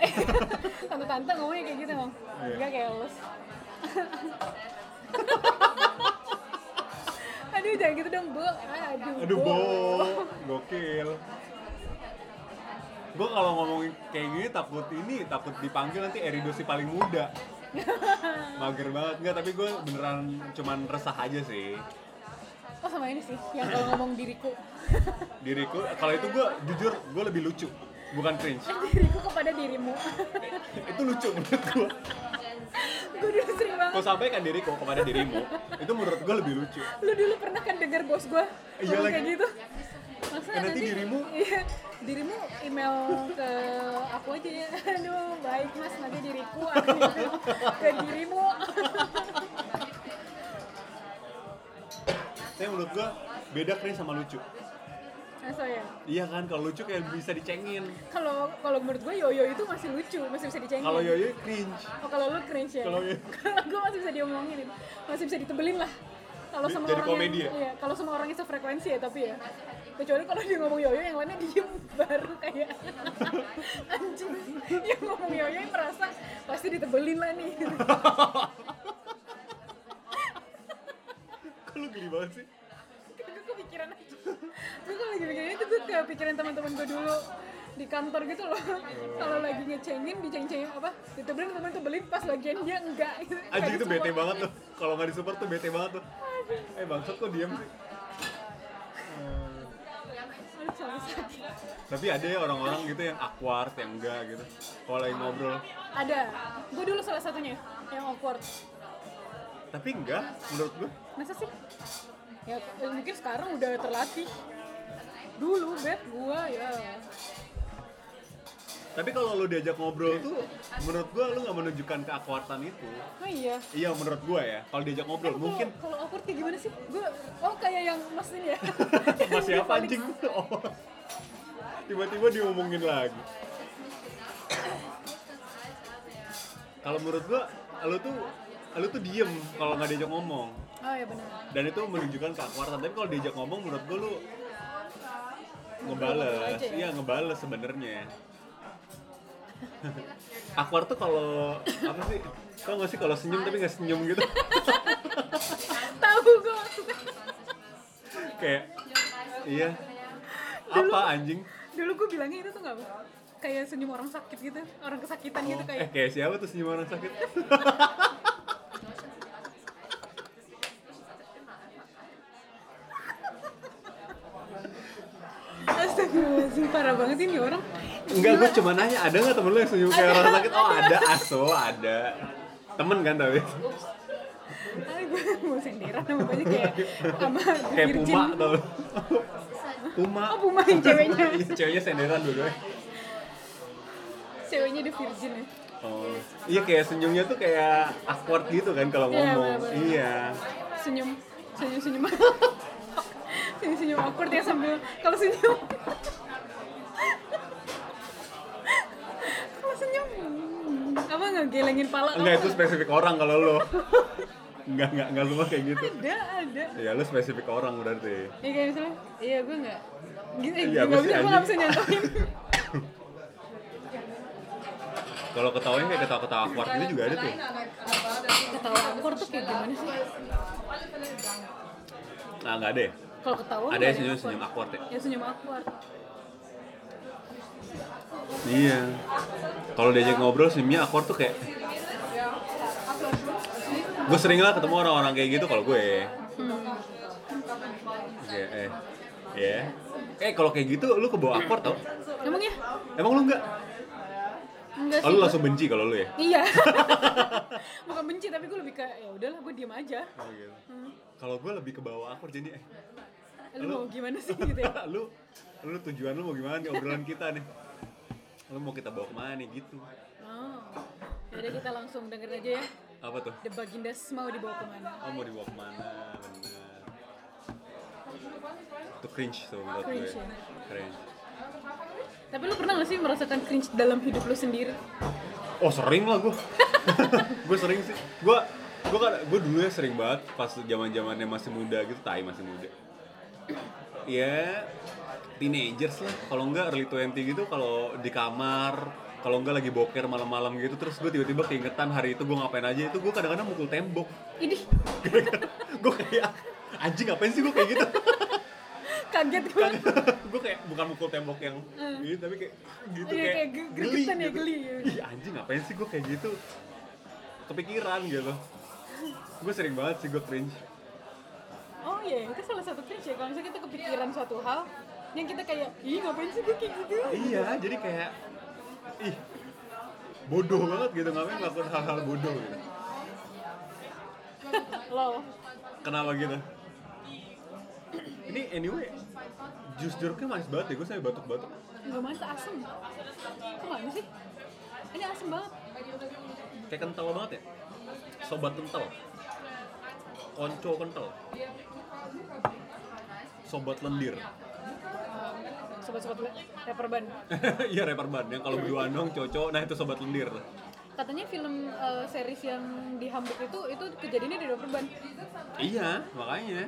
[SPEAKER 2] Tante-tante ngomongnya kayak gitu emang
[SPEAKER 1] Iya.
[SPEAKER 2] Gue keles Aduh jangan gitu dong, Bo Aduh,
[SPEAKER 1] Aduh, bo. Gokil. Gue kalau ngomongin kayak gini takut ini, takut dipanggil nanti Erido si paling muda. Mager banget. Nggak, tapi gue beneran cuman resah aja sih.
[SPEAKER 2] Oh sama ini sih, yang kalau ngomong diriku
[SPEAKER 1] Diriku, kalau itu gue jujur, gue lebih lucu. Bukan cringe.
[SPEAKER 2] Diriku kepada dirimu
[SPEAKER 1] itu lucu menurut gue.
[SPEAKER 2] Gue dulu sering banget
[SPEAKER 1] Kau sampaikan diriku kepada dirimu, itu menurut gue lebih lucu.
[SPEAKER 2] Lu dulu pernah kan denger bos gue
[SPEAKER 1] Iya
[SPEAKER 2] ngomong
[SPEAKER 1] lagi.
[SPEAKER 2] kayak gitu Masa
[SPEAKER 1] Eh, nanti dirimu?
[SPEAKER 2] Iya, dirimu email ke aku aja ya. Aduh, baik mas, nanti diriku aku email ke dirimu.
[SPEAKER 1] Tapi menurut gua beda keren sama lucu.
[SPEAKER 2] Nah, so ya.
[SPEAKER 1] Iya kan, kalau lucu kayak bisa dicengin.
[SPEAKER 2] Kalau kalau menurut gue yoyo itu masih lucu, masih bisa dicengin.
[SPEAKER 1] Kalau Yoyo cringe.
[SPEAKER 2] Oh, kalau lu cringe ya.
[SPEAKER 1] Kalau iya. Yoyo
[SPEAKER 2] Kalau gue masih bisa diomongin, masih bisa ditebelin lah. Kalau
[SPEAKER 1] Jadi-
[SPEAKER 2] sama
[SPEAKER 1] jadi
[SPEAKER 2] orang
[SPEAKER 1] komedi ya?
[SPEAKER 2] yang, iya, kalau sama orang yang sefrekuensi ya tapi ya. Kecuali kalau dia ngomong yoyo yang lainnya diem baru kayak anjing. Dia ngomong yoyo yang merasa pasti ditebelin lah nih.
[SPEAKER 1] Kok lu geli banget sih?
[SPEAKER 2] gue kepikiran aja. Gue kalau lagi mikirin itu gue kepikiran teman-teman gue dulu di kantor gitu
[SPEAKER 1] Oh.
[SPEAKER 2] loh. Kalau lagi ngecengin diceng-cengin apa? Ditebelin teman tebelin pas lagian dia enggak. gitu.
[SPEAKER 1] Anjing itu bete
[SPEAKER 2] Kayak
[SPEAKER 1] banget tuh. Kalau nggak disupport tuh bete banget tuh. Eh bangsat kok diam sih. Eh,
[SPEAKER 2] semua- Aduh, sama sakit.
[SPEAKER 1] Tapi ada ya orang-orang gitu yang awkward, yang enggak gitu. Kalau lagi ngobrol,
[SPEAKER 2] Ada. Gue dulu salah satunya yang awkward.
[SPEAKER 1] tapi enggak menurut gua.
[SPEAKER 2] Masa sih? Ya eh, mungkin sekarang udah terlatih. Dulu bet gua ya.
[SPEAKER 1] Tapi kalau lu diajak ngobrol tuh, menurut gua lu nggak menunjukkan keakuartan itu.
[SPEAKER 2] Oh iya.
[SPEAKER 1] Iya menurut gua ya. Kalau diajak ngobrol
[SPEAKER 2] Kalau-
[SPEAKER 1] mungkin
[SPEAKER 2] kalau awkward kayak gimana sih? Gua oh kayak yang mas ini ya.
[SPEAKER 1] masih apa anjing? Oh. Tiba-tiba diomongin lagi. Kalau menurut gua, lu tuh lu tuh diem kalau nggak diajak ngomong.
[SPEAKER 2] Oh iya benar.
[SPEAKER 1] Dan itu menunjukkan keakuartan. Tapi kalau diajak ngomong menurut gua lu
[SPEAKER 2] Ngobrol
[SPEAKER 1] ngebales.
[SPEAKER 2] aja ya?
[SPEAKER 1] Iya, ngebales sebenarnya. Awkward tuh kalau apa sih? Tau gak sih kalau senyum tapi nggak senyum gitu?
[SPEAKER 2] Tahu gua maksudnya.
[SPEAKER 1] Kayak iya. Apa anjing?
[SPEAKER 2] Dulu gua bilangnya itu tuh nggak apa? Kayak senyum orang sakit gitu, orang kesakitan gitu
[SPEAKER 1] eh
[SPEAKER 2] kayak.
[SPEAKER 1] kayak siapa tuh senyum orang sakit?
[SPEAKER 2] Astagfirullahaladzim, parah banget ini orang.
[SPEAKER 1] Enggak, gue cuma nanya ada nggak temen lu yang senyum kayak orang sakit? Oh ada, aso ada. Temen kan tapi
[SPEAKER 2] Oh, Ah, gue mau sendiran sama banyak kayak sama
[SPEAKER 1] kayak
[SPEAKER 2] Virgin.
[SPEAKER 1] puma tau. lu. Puma.
[SPEAKER 2] Oh, Puma yang ceweknya.
[SPEAKER 1] Iya, ceweknya senderan dulu ya.
[SPEAKER 2] Ceweknya di Virgin ya.
[SPEAKER 1] Oh. Iya kayak senyumnya tuh kayak awkward gitu kan kalau
[SPEAKER 2] Iya,
[SPEAKER 1] ngomong.
[SPEAKER 2] bener-bener.
[SPEAKER 1] Iya.
[SPEAKER 2] senyum senyum senyum senyum senyum awkward ya sambil kalau senyum kalau senyum hmm, apa nggak gelengin pala
[SPEAKER 1] Enggak itu
[SPEAKER 2] tau nggak?
[SPEAKER 1] spesifik orang kalau lo. Enggak enggak enggak semua kayak gitu.
[SPEAKER 2] ada ada
[SPEAKER 1] Ya lu spesifik orang berarti.
[SPEAKER 2] ya kayak misalnya iya gue nggak gitu
[SPEAKER 1] Iya,
[SPEAKER 2] ya,
[SPEAKER 1] gue
[SPEAKER 2] nggak
[SPEAKER 1] sih
[SPEAKER 2] bisa gue nggak bisa
[SPEAKER 1] anjing.
[SPEAKER 2] nyantolin
[SPEAKER 1] Kalau ketawanya kayak ketawa-ketawa awkward gitu juga ada tuh.
[SPEAKER 2] ketawa awkward tuh kayak gimana sih
[SPEAKER 1] Nah, enggak ada ya?
[SPEAKER 2] kalau ketawa
[SPEAKER 1] Ada
[SPEAKER 2] nggak
[SPEAKER 1] yang senyum-senyum
[SPEAKER 2] awkward.
[SPEAKER 1] awkward ya?
[SPEAKER 2] ya senyum awkward
[SPEAKER 1] Iya. Kalau diajak ngobrol senyumnya awkward tuh kayak gue sering lah ketemu orang-orang kayak gitu kalau gue
[SPEAKER 2] Hmm.
[SPEAKER 1] Iya, eh ya eh kalau kayak gitu lu kebawa awkward tau
[SPEAKER 2] emang ya
[SPEAKER 1] emang lu enggak
[SPEAKER 2] enggak
[SPEAKER 1] oh,
[SPEAKER 2] sih
[SPEAKER 1] lu
[SPEAKER 2] gua-
[SPEAKER 1] langsung benci kalau lu ya
[SPEAKER 2] iya bukan benci tapi gue lebih ke ya udahlah gue diem aja
[SPEAKER 1] oh, gitu.
[SPEAKER 2] Hmm.
[SPEAKER 1] kalau gue lebih kebawa awkward jadi eh
[SPEAKER 2] lu mau gimana sih gitu ya
[SPEAKER 1] lu lu tujuan lu mau gimana nih obrolan kita nih lu mau kita bawa kemana nih gitu
[SPEAKER 2] oh yaudah kita langsung denger aja ya
[SPEAKER 1] apa tuh
[SPEAKER 2] The Bagindas mau dibawa kemana
[SPEAKER 1] Oh mau dibawa kemana? Bener. Itu cringe tuh menurut gue.
[SPEAKER 2] Cringe ya?
[SPEAKER 1] Cringe.
[SPEAKER 2] tapi lu pernah gak sih merasakan cringe dalam hidup lu sendiri
[SPEAKER 1] Oh sering lah gue. gue sering sih. Gue gue kan gue dulu ya sering banget pas zaman zamannya masih muda gitu, tai masih muda. Ya teenagers lah. Kalau enggak early 20 gitu, kalau di kamar, kalau enggak lagi boker malam-malam gitu, terus gue tiba-tiba keingetan hari itu gue ngapain aja itu gue kadang-kadang mukul tembok.
[SPEAKER 2] ini
[SPEAKER 1] gue kayak anjing ngapain sih gue kayak gitu?
[SPEAKER 2] kaget gue
[SPEAKER 1] gue kayak bukan mukul tembok yang gitu tapi kayak gitu
[SPEAKER 2] Hmm. Iya,
[SPEAKER 1] kayak,
[SPEAKER 2] kayak ge- gregetan ya,
[SPEAKER 1] gitu.
[SPEAKER 2] geli.
[SPEAKER 1] Ih, anjing ngapain sih gue kayak gitu kepikiran gitu gue sering banget sih gue cringe
[SPEAKER 2] oh iya itu salah satu cringe ya kalau misalnya kita kepikiran suatu hal yang kita kayak ih ngapain sih gue kayak gitu
[SPEAKER 1] iya jadi kayak ih bodoh banget gitu ngapain ngelakuin hal-hal bodoh gitu
[SPEAKER 2] lo
[SPEAKER 1] kenapa gitu ini anyway jus jeruknya manis banget ya gue sampai batuk-batuk
[SPEAKER 2] Enggak manis, asem. Kok mana sih? Ini asem banget.
[SPEAKER 1] kayak kental banget ya sobat kental konco kental sobat lendir
[SPEAKER 2] Sobat-sobat rapper band.
[SPEAKER 1] iya rapper band yang kalau berdua dong cocok nah itu sobat lendir
[SPEAKER 2] Katanya film eh, series yang di Hamburg itu itu kejadiannya di rapper band.
[SPEAKER 1] iya makanya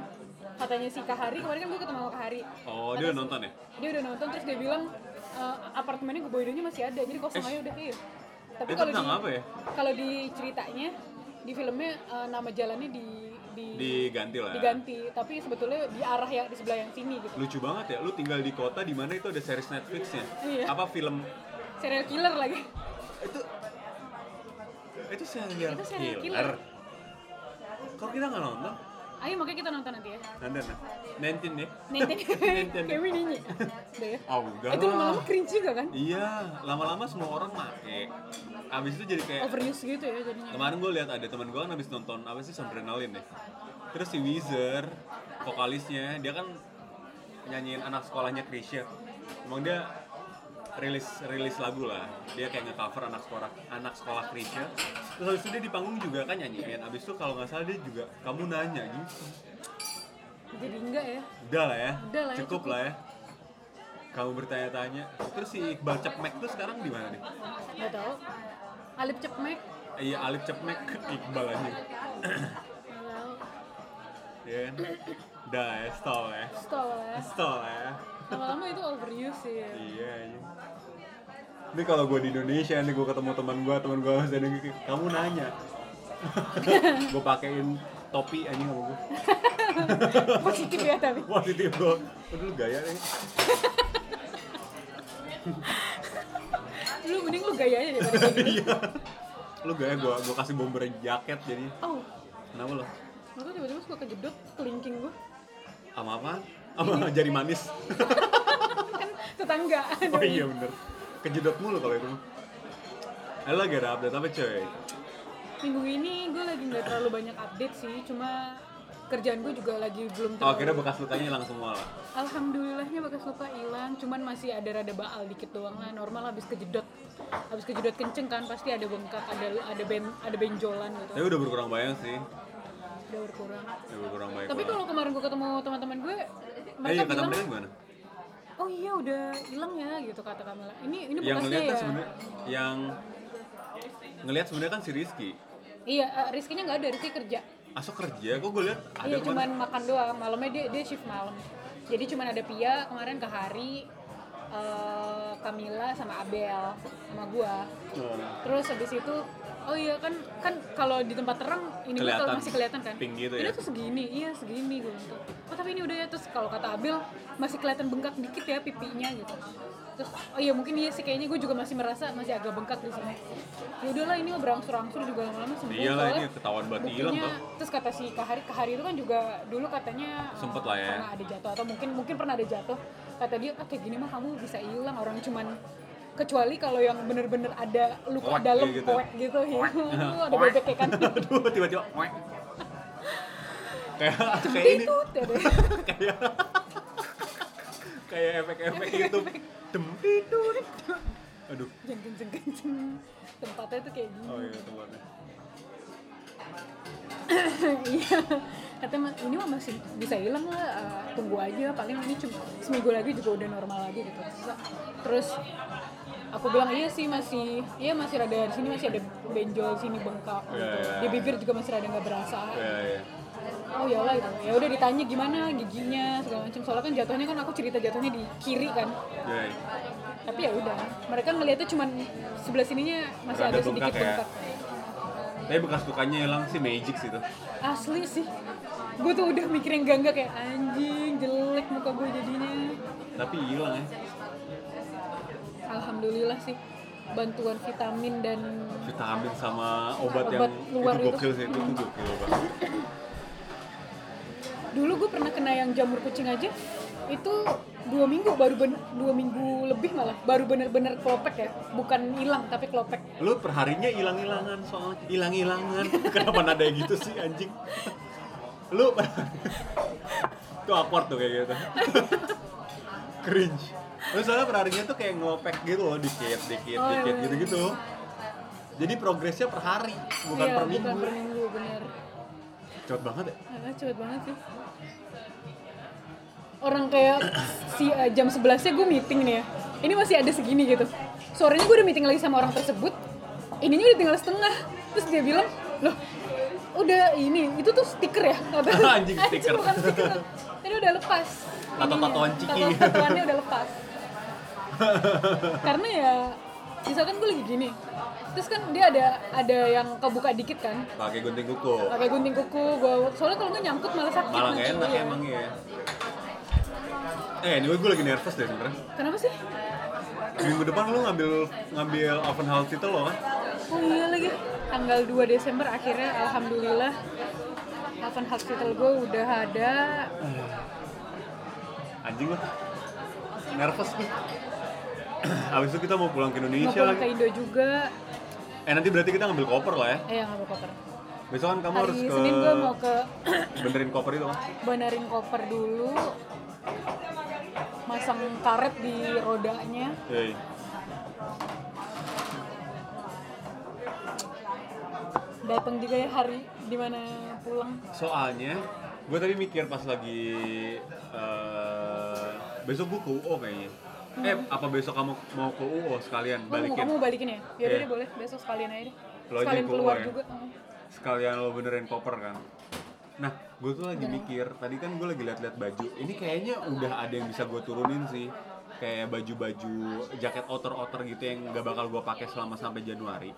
[SPEAKER 2] Katanya si Kahari, kemarin kan gue ketemu sama Kahari.
[SPEAKER 1] oh dia udah nonton ya
[SPEAKER 2] Dia udah nonton terus dia bilang eh, apartemennya Geboidonya masih ada, jadi kosong aja udah iya. Tapi
[SPEAKER 1] Itu
[SPEAKER 2] kalau di
[SPEAKER 1] tentang apa ya?
[SPEAKER 2] kalau di ceritanya di filmnya eh, nama jalannya di-
[SPEAKER 1] diganti lah
[SPEAKER 2] diganti tapi sebetulnya di arah yang di sebelah yang sini gitu
[SPEAKER 1] lucu banget ya lu tinggal di kota di mana itu ada series Netflixnya
[SPEAKER 2] Iya.
[SPEAKER 1] apa film
[SPEAKER 2] serial killer lagi
[SPEAKER 1] itu itu serial,
[SPEAKER 2] Itu serial killer.
[SPEAKER 1] kalau kita nggak nonton
[SPEAKER 2] ayo makanya kita nonton nanti ya
[SPEAKER 1] nanti nah nanti nih
[SPEAKER 2] nanti
[SPEAKER 1] Nanti.
[SPEAKER 2] kayak nyanyi Udah ya
[SPEAKER 1] oh enggak
[SPEAKER 2] itu
[SPEAKER 1] lah.
[SPEAKER 2] lama-lama cringe juga kan
[SPEAKER 1] Iya, lama-lama semua orang make. Abis itu jadi kayak
[SPEAKER 2] overuse gitu ya jadinya
[SPEAKER 1] kemarin gue lihat ada teman gue kan abis nonton apa sih Soundrenaline deh. Terus si Weezer, vokalisnya, dia kan nyanyiin anak sekolahnya Krisya. Emang dia rilis rilis lagu lah. Dia kayak ngecover anak sekolah anak sekolah Krisya. Terus abis itu dia di panggung juga kan nyanyiin. Abis itu kalau nggak salah dia juga kamu nanya gitu.
[SPEAKER 2] jadi enggak ya
[SPEAKER 1] Udah lah ya.
[SPEAKER 2] Udah lah ya,
[SPEAKER 1] cukup,
[SPEAKER 2] cukup.
[SPEAKER 1] lah ya. Kamu bertanya-tanya. Terus si Iqbal Cepmek tuh sekarang di mana nih?
[SPEAKER 2] nggak tahu Alip Cepmek
[SPEAKER 1] Iya Alif Cepmek Iqbal aja.
[SPEAKER 2] nggak tahu
[SPEAKER 1] Ya. kan? Udah ya, stall ya.
[SPEAKER 2] stop ya
[SPEAKER 1] Stall ya.
[SPEAKER 2] lama-lama itu overuse sih ya.
[SPEAKER 1] Iya aja. Ini kalau gue di Indonesia nih gue ketemu teman gue, teman gue harus ada yang kayak, kamu nanya. gue pakein topi anjing sama gue.
[SPEAKER 2] positif ya tapi
[SPEAKER 1] Positif gue. Aduh lu gaya nih.
[SPEAKER 2] lu mending lu gaya aja daripada kayak gini
[SPEAKER 1] Iya. lu gaya gue gue kasih bomber jaket jadinya.
[SPEAKER 2] oh
[SPEAKER 1] Kenapa lo?
[SPEAKER 2] aku tiba-tiba suka kejedot kelingking gua
[SPEAKER 1] Sama apa? Sama jari manis.
[SPEAKER 2] kan tetangga
[SPEAKER 1] Oh iya bener. Kejedot mulu kalau itu. Eh, lo lagi ada update apa coy?
[SPEAKER 2] Minggu ini gue lagi nggak terlalu banyak update sih, cuma kerjaan gue juga lagi
[SPEAKER 1] Oh,
[SPEAKER 2] belum terlalu.
[SPEAKER 1] akhirnya bekas lukanya hilang semua lah.
[SPEAKER 2] Alhamdulillahnya bekas luka hilang, cuman masih ada rada baal dikit doang lah. Normal habis kejedot, habis kejedot kenceng kan pasti ada bengkak, ada ada ben, ada benjolan gitu.
[SPEAKER 1] Tapi udah berkurang banyak sih.
[SPEAKER 2] Udah berkurang.
[SPEAKER 1] Udah berkurang banyak.
[SPEAKER 2] Tapi
[SPEAKER 1] banget.
[SPEAKER 2] kalau kemarin gue ketemu teman-teman gue,
[SPEAKER 1] Eh, iya,
[SPEAKER 2] mereka
[SPEAKER 1] kata
[SPEAKER 2] bilang,
[SPEAKER 1] mereka gimana?
[SPEAKER 2] oh iya udah hilang ya gitu kata Kamila. Ini ini
[SPEAKER 1] yang
[SPEAKER 2] bekasnya
[SPEAKER 1] ngeliat
[SPEAKER 2] ya.
[SPEAKER 1] kan sebenarnya yang ngelihat sebenarnya kan si Rizky.
[SPEAKER 2] Iya, eh, Rizky-nya nggak ada, Rizky kerja.
[SPEAKER 1] Asok kerja, kok gue lihat ada
[SPEAKER 2] Iya
[SPEAKER 1] kemarin.
[SPEAKER 2] cuman makan doang, malamnya dia dia shift malam. Jadi cuman ada Pia kemarin ke hari eh, Kamila sama Abel sama gua.
[SPEAKER 1] Oh,
[SPEAKER 2] Terus habis itu oh iya kan kan kalau di tempat terang ini gua
[SPEAKER 1] Kelihatan.
[SPEAKER 2] kalau masih kelihatan kan.
[SPEAKER 1] Pink gitu
[SPEAKER 2] ini
[SPEAKER 1] ya.
[SPEAKER 2] tuh segini, iya segini gua gitu. Oh tapi ini udah ya terus kalau kata Abel masih kelihatan bengkak dikit ya pipinya gitu. Terus oh iya mungkin iya sih kayaknya gue juga masih merasa masih agak bengkak di sini. Ya udahlah ini mah berangsur-angsur juga lama-lama sembuh.
[SPEAKER 1] Iyalah Iya ini
[SPEAKER 2] soalnya-
[SPEAKER 1] ketahuan banget hilang
[SPEAKER 2] buktinya
[SPEAKER 1] tuh.
[SPEAKER 2] terus kata si kahari kahari itu kan juga dulu katanya uh,
[SPEAKER 1] Sempet lah ya.
[SPEAKER 2] pernah ada jatuh atau mungkin mungkin pernah ada jatuh kata dia ah, kayak gini mah kamu bisa hilang orang cuman kecuali kalau yang bener-bener ada luka
[SPEAKER 1] Koek,
[SPEAKER 2] dalam
[SPEAKER 1] iya gitu.
[SPEAKER 2] koek gitu, ya Aduh, ada bebek ya kan
[SPEAKER 1] Aduh, tiba-tiba oek. kayak kayak ini
[SPEAKER 2] itu deh
[SPEAKER 1] kayak kayak efek-efek YouTube. Dem ditut. Aduh.
[SPEAKER 2] jeng jeng jeng jeng, jeng. tempatnya tuh kayak gini
[SPEAKER 1] Oh iya tempatnya.
[SPEAKER 2] iya kata ini mah masih bisa hilang lah eh, tunggu aja paling ini cuma seminggu lagi juga udah normal lagi gitu terus aku bilang iya sih masih iya masih rada di sini masih ada benjol sini bengkak gitu
[SPEAKER 1] Iya, iya,
[SPEAKER 2] di bibir juga masih rada nggak berasa
[SPEAKER 1] Iya, iya.
[SPEAKER 2] oh ya lah gitu ya udah ditanya gimana giginya segala macam soalnya kan jatuhnya kan aku cerita jatuhnya di kiri kan
[SPEAKER 1] Iya. iya.
[SPEAKER 2] tapi ya udah mereka ngelihatnya cuman sebelah sininya masih
[SPEAKER 1] Rada
[SPEAKER 2] ada sedikit
[SPEAKER 1] bengkak ya.
[SPEAKER 2] bengkak
[SPEAKER 1] Tapi bekas lukanya hilang sih magic sih itu.
[SPEAKER 2] asli sih gue tuh udah mikirin gak enggak kayak anjing jelek muka gue jadinya
[SPEAKER 1] Tapi hilang ya.
[SPEAKER 2] alhamdulillah sih bantuan vitamin dan
[SPEAKER 1] Vitamin sama obat,
[SPEAKER 2] Obat
[SPEAKER 1] yang
[SPEAKER 2] luar
[SPEAKER 1] itu
[SPEAKER 2] itu.
[SPEAKER 1] gokil sih itu, itu gokil obat.
[SPEAKER 2] dulu gue pernah kena yang jamur kucing aja itu dua minggu baru ben- dua minggu lebih malah baru bener-bener kelopek ya bukan hilang tapi kelopek
[SPEAKER 1] Lu perharinya hilang-hilangan soalnya hilang-hilangan. Kenapa nada gitu sih anjing? Lu itu awkward tuh kayak gitu cringe terus soalnya penarinya tuh kayak ngelopek gitu loh dikit dikit
[SPEAKER 2] Oh, iya,
[SPEAKER 1] dikit
[SPEAKER 2] iya.
[SPEAKER 1] gitu gitu jadi progresnya per hari bukan
[SPEAKER 2] Iya,
[SPEAKER 1] per
[SPEAKER 2] bukan per
[SPEAKER 1] minggu ya?
[SPEAKER 2] minggu bener
[SPEAKER 1] cepet banget ya
[SPEAKER 2] Nah, cepet banget sih orang kayak si uh, jam 11 nya gue meeting nih ya ini masih ada segini gitu sorenya gue udah meeting lagi sama orang tersebut ininya udah tinggal setengah terus dia bilang loh udah ini itu tuh stiker ya kata
[SPEAKER 1] Anjing, stiker.
[SPEAKER 2] bukan stiker tadi udah lepas
[SPEAKER 1] Tato-tatoan ciki.
[SPEAKER 2] tatoannya udah lepas karena ya misalkan gue lagi gini terus kan dia ada ada yang kebuka dikit kan
[SPEAKER 1] pakai gunting kuku
[SPEAKER 2] pakai gunting kuku gua soalnya kalau nggak nyangkut malah sakit
[SPEAKER 1] malah gak
[SPEAKER 2] nanti.
[SPEAKER 1] enak
[SPEAKER 2] Iya.
[SPEAKER 1] emang ya eh anyway gue lagi nervous deh sebenernya
[SPEAKER 2] kenapa sih
[SPEAKER 1] minggu depan lu ngambil ngambil open house itu lo kan
[SPEAKER 2] oh iya lagi tanggal 2 Desember akhirnya alhamdulillah Alvan Hospital gue udah ada
[SPEAKER 1] anjing lah nervous gue abis itu kita mau pulang ke
[SPEAKER 2] mau
[SPEAKER 1] Indonesia
[SPEAKER 2] pulang
[SPEAKER 1] lagi
[SPEAKER 2] ke Indo juga
[SPEAKER 1] eh nanti berarti kita ngambil koper lah ya
[SPEAKER 2] eh nggak mau koper
[SPEAKER 1] besok kan kamu
[SPEAKER 2] hari
[SPEAKER 1] harus ke
[SPEAKER 2] Senin gue mau ke
[SPEAKER 1] benerin koper itu kan
[SPEAKER 2] benerin koper dulu masang karet di rodanya
[SPEAKER 1] Yoi.
[SPEAKER 2] datang juga ya hari dimana pulang
[SPEAKER 1] soalnya gue tadi mikir pas lagi eh, besok gue ke UO kayaknya eh apa besok kamu mau ke UO sekalian
[SPEAKER 2] Oh, kamu
[SPEAKER 1] balikin
[SPEAKER 2] mau balikin ya? Yaudah
[SPEAKER 1] Iya.
[SPEAKER 2] deh boleh, besok sekalian aja deh
[SPEAKER 1] Lo aja
[SPEAKER 2] Sekalian
[SPEAKER 1] yang
[SPEAKER 2] keluar
[SPEAKER 1] keluar ya.
[SPEAKER 2] juga heeh.
[SPEAKER 1] sekalian lo benerin koper kan nah gue tuh lagi mikir tadi kan gue lagi liat-liat baju ini kayaknya udah ada yang bisa gue turunin sih kayak baju-baju jaket outer-outer gitu yang gak bakal gue pakai selama sampai Januari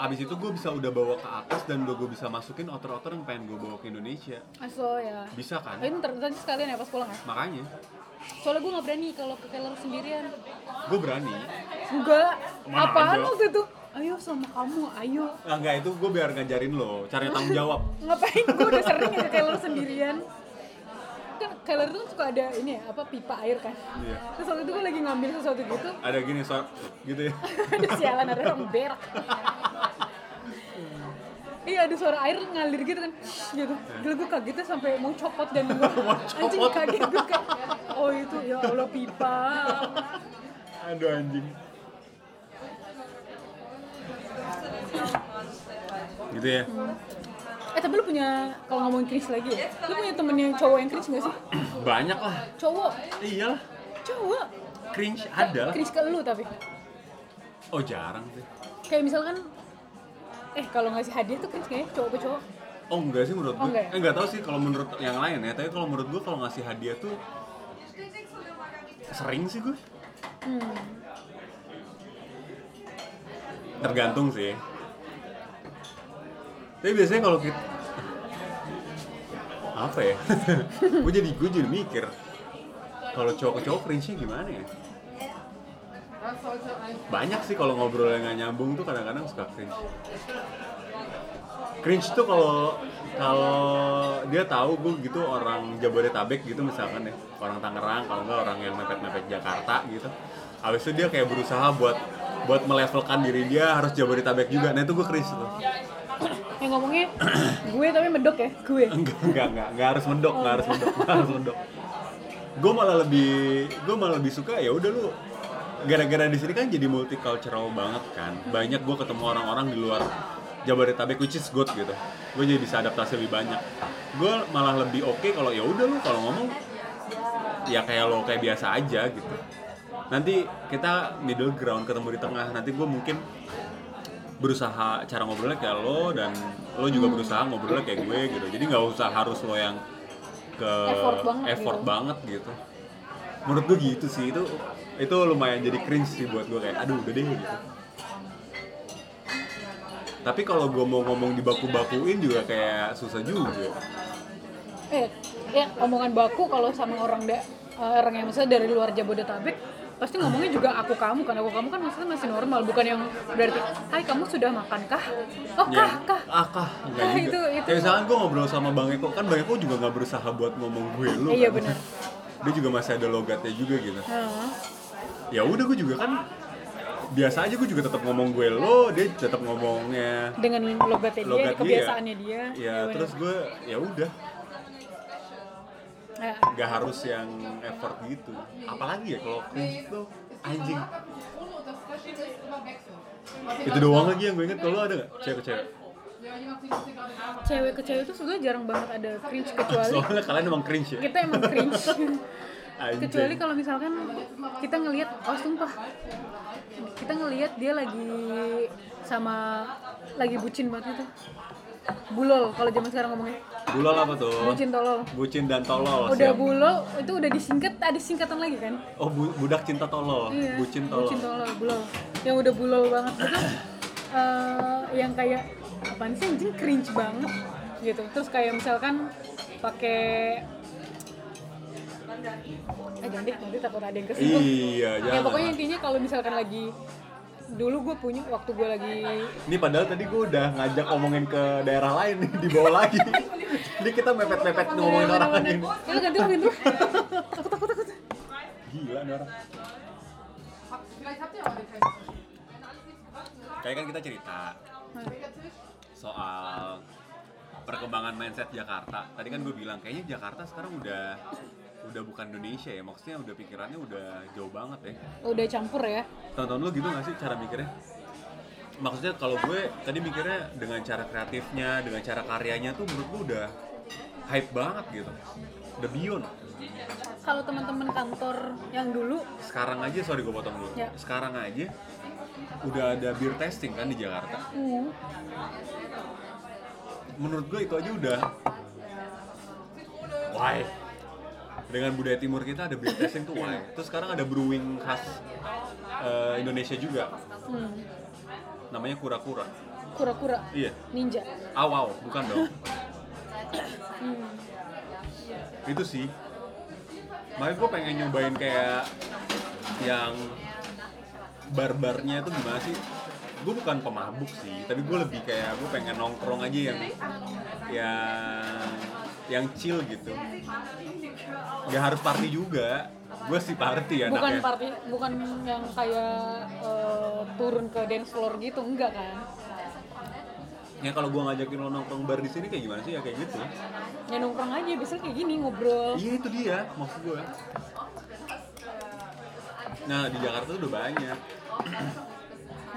[SPEAKER 1] abis itu gue bisa udah bawa ke atas dan udah gue bisa masukin outer-outer yang pengen gue bawa ke Indonesia
[SPEAKER 2] Aso ya
[SPEAKER 1] bisa
[SPEAKER 2] Oh,
[SPEAKER 1] kan
[SPEAKER 2] ini ntar, nanti sekalian ya pas pulang ya?
[SPEAKER 1] makanya
[SPEAKER 2] Soalnya gue gak berani kalau ke Keller sendirian
[SPEAKER 1] gue berani
[SPEAKER 2] Enggak,
[SPEAKER 1] Mana
[SPEAKER 2] apaan
[SPEAKER 1] ada?
[SPEAKER 2] waktu itu? Ayo sama kamu, ayo
[SPEAKER 1] ah, enggak itu gue biar ngajarin lo cara tanggung jawab
[SPEAKER 2] Ngapain gue udah sering ya ke Keller sendirian Kan Keller tuh suka ada ini ya, apa pipa air kan
[SPEAKER 1] Iya.
[SPEAKER 2] Terus waktu itu gue lagi ngambil sesuatu gitu
[SPEAKER 1] ada gini so gitu ya
[SPEAKER 2] Ada sialan, ada orang berak Iya ada suara air ngalir gitu kan gitu. Gila gue kagetnya sampai mau copot dan gue anjing
[SPEAKER 1] Iya. copot.
[SPEAKER 2] kaget gue kayak oh itu ya Allah pipa.
[SPEAKER 1] aduh anjing gitu ya
[SPEAKER 2] Eh tapi lu punya kalau ngomongin Chris lagi ya, lu punya temen yang cowok yang Chris gak sih?
[SPEAKER 1] banyak lah
[SPEAKER 2] Cowok,
[SPEAKER 1] iyalah
[SPEAKER 2] cowok.
[SPEAKER 1] cringe ada lah
[SPEAKER 2] Chris ke lu tapi
[SPEAKER 1] oh jarang sih
[SPEAKER 2] kayak misalkan eh kalau ngasih hadiah tuh Chris kayaknya cowok ke cowok.
[SPEAKER 1] oh enggak sih menurut gue
[SPEAKER 2] Oh, enggak ya?
[SPEAKER 1] eh enggak tahu sih kalau menurut yang lain ya tapi kalau menurut gue kalau ngasih hadiah tuh sering sih gue
[SPEAKER 2] Hmm.
[SPEAKER 1] tergantung sih tapi biasanya kalau kita apa ya gue jadi gue jadi mikir kalau cowok ke cowok cringe-nya gimana ya
[SPEAKER 2] Nah,
[SPEAKER 1] banyak sih kalau ngobrol yang nggak nyambung tuh kadang-kadang suka cringe cringe tuh kalau kalau dia tahu gue gitu orang Jabodetabek gitu misalkan ya orang Tangerang kalau nggak orang yang mepet-mepet Jakarta gitu habis itu dia kayak berusaha buat buat melevelkan diri dia harus Jabodetabek juga nah itu gue cringe tuh
[SPEAKER 2] Yang ngomongnya gue tapi medok ya gue.
[SPEAKER 1] enggak enggak enggak enggak harus mendok enggak harus mendok enggak harus mendok gue malah lebih gue malah lebih suka ya udah lu gara-gara di sini kan jadi multicultural banget kan banyak gue ketemu orang-orang di luar Jabodetabek which is good gitu gue jadi bisa adaptasi lebih banyak gue malah lebih oke kalau ya udah lu kalau ngomong ya kayak lo kayak biasa aja gitu nanti kita middle ground ketemu di tengah nanti gue mungkin berusaha cara ngobrolnya kayak lo dan lo juga
[SPEAKER 2] Hmm.
[SPEAKER 1] berusaha ngobrolnya kayak gue gitu jadi nggak usah harus lo yang ke
[SPEAKER 2] Effort banget
[SPEAKER 1] effort
[SPEAKER 2] gitu.
[SPEAKER 1] banget gitu menurut gue gitu sih itu itu lumayan jadi cringe sih buat gue kayak aduh udah deh gitu tapi kalau gue mau ngomong dibaku-bakuin juga kayak susah juga
[SPEAKER 2] Eh, ya omongan baku kalau sama orang da, eh, orang yang misalnya dari luar Jabodetabek pasti ngomongnya juga aku kamu kan aku kamu kan maksudnya masih normal bukan yang berarti hai kamu sudah makan kah oh
[SPEAKER 1] Ya,
[SPEAKER 2] kah kah
[SPEAKER 1] ah kah enggak
[SPEAKER 2] Kah,
[SPEAKER 1] juga
[SPEAKER 2] itu- itu.
[SPEAKER 1] kayak misalkan gue ngobrol sama bang Eko kan bang Eko juga nggak berusaha buat ngomong gue lu
[SPEAKER 2] Iya,
[SPEAKER 1] kan?
[SPEAKER 2] benar.
[SPEAKER 1] dia juga masih ada logatnya juga gitu
[SPEAKER 2] Heeh.
[SPEAKER 1] ya udah gue juga kan biasa aja gue juga tetap ngomong gue lo dia tetap ngomongnya
[SPEAKER 2] dengan
[SPEAKER 1] logat
[SPEAKER 2] logatnya dia Iya,
[SPEAKER 1] dia Iya,
[SPEAKER 2] kebiasaannya dia
[SPEAKER 1] ya
[SPEAKER 2] bener.
[SPEAKER 1] terus gue ya udah
[SPEAKER 2] Ya.
[SPEAKER 1] nggak harus yang effort gitu apalagi ya kalau cringe tuh anjing itu doang lagi yang gue inget kalau ada nggak cewek ke cewek
[SPEAKER 2] Cewek ke cewek itu sebenarnya jarang banget ada cringe kecuali
[SPEAKER 1] soalnya kalian emang cringe ya
[SPEAKER 2] kita emang cringe.
[SPEAKER 1] Anjing.
[SPEAKER 2] kecuali kalau misalkan kita ngelihat oh sumpah kita ngelihat dia lagi sama lagi bucin banget itu bulol kalau zaman sekarang ngomongnya
[SPEAKER 1] bulol apa tuh
[SPEAKER 2] bucin tolol
[SPEAKER 1] bucin dan tolol
[SPEAKER 2] udah
[SPEAKER 1] Oh, siap.
[SPEAKER 2] bulol itu udah disingkat ada singkatan lagi kan
[SPEAKER 1] oh bu- budak cinta tolol
[SPEAKER 2] Iya,
[SPEAKER 1] bucin tolol
[SPEAKER 2] bucin tolol bulol yang udah bulol banget itu eh, yang kayak apaan sih anjing cringe banget gitu terus kayak misalkan pakai eh jangan deh nanti takut ada yang kesinggung
[SPEAKER 1] iya
[SPEAKER 2] ya pokoknya
[SPEAKER 1] jangan
[SPEAKER 2] intinya kalau misalkan lagi dulu gue punya waktu gue lagi
[SPEAKER 1] ini padahal tadi gue udah ngajak ngomongin ke daerah lain nih, dibawa lagi ini kita mepet-mepet
[SPEAKER 2] Iya,
[SPEAKER 1] ngomongin orang lain
[SPEAKER 2] Ya, lu ganti lu ganti lu. takut takut takut
[SPEAKER 1] gila nih orang kayak kan kita cerita
[SPEAKER 2] Nah,
[SPEAKER 1] soal perkembangan mindset Jakarta. Tadi kan gue bilang kayaknya Jakarta sekarang udah udah bukan Indonesia ya, maksudnya udah pikirannya udah jauh banget ya.
[SPEAKER 2] udah campur ya
[SPEAKER 1] Tonton lu gitu gak sih cara mikirnya? Maksudnya kalau gue tadi mikirnya dengan cara kreatifnya, dengan cara karyanya tuh menurut gue udah hype banget gitu. The beyond.
[SPEAKER 2] kalau teman-teman kantor yang dulu
[SPEAKER 1] Sekarang aja sorry gue potong dulu.
[SPEAKER 2] Ya.
[SPEAKER 1] Sekarang aja udah ada beer testing kan di Jakarta.
[SPEAKER 2] hmm,
[SPEAKER 1] menurut gue itu aja udah why dengan budaya timur kita ada beer tasting tuh why terus sekarang ada brewing khas eh, Indonesia juga
[SPEAKER 2] hmm,
[SPEAKER 1] namanya kura-kura
[SPEAKER 2] kura-kura
[SPEAKER 1] iya
[SPEAKER 2] ninja
[SPEAKER 1] awal bukan dong
[SPEAKER 2] hmm.
[SPEAKER 1] Hmm. itu sih makanya gue pengen nyobain kayak yang barbarnya itu gimana sih gue bukan pemabuk sih tapi gue lebih kayak gue pengen nongkrong aja yang yang yang chill gitu nggak harus party juga gue sih party anaknya
[SPEAKER 2] bukan party bukan yang kayak eh, turun ke dance floor gitu enggak kan
[SPEAKER 1] ya kalau gue ngajakin lo nongkrong bar di sini kayak gimana sih ya kayak gitu
[SPEAKER 2] ya nongkrong aja biasanya kayak gini ngobrol
[SPEAKER 1] Iya itu dia maksud gue. Nah di Jakarta tuh udah banyak.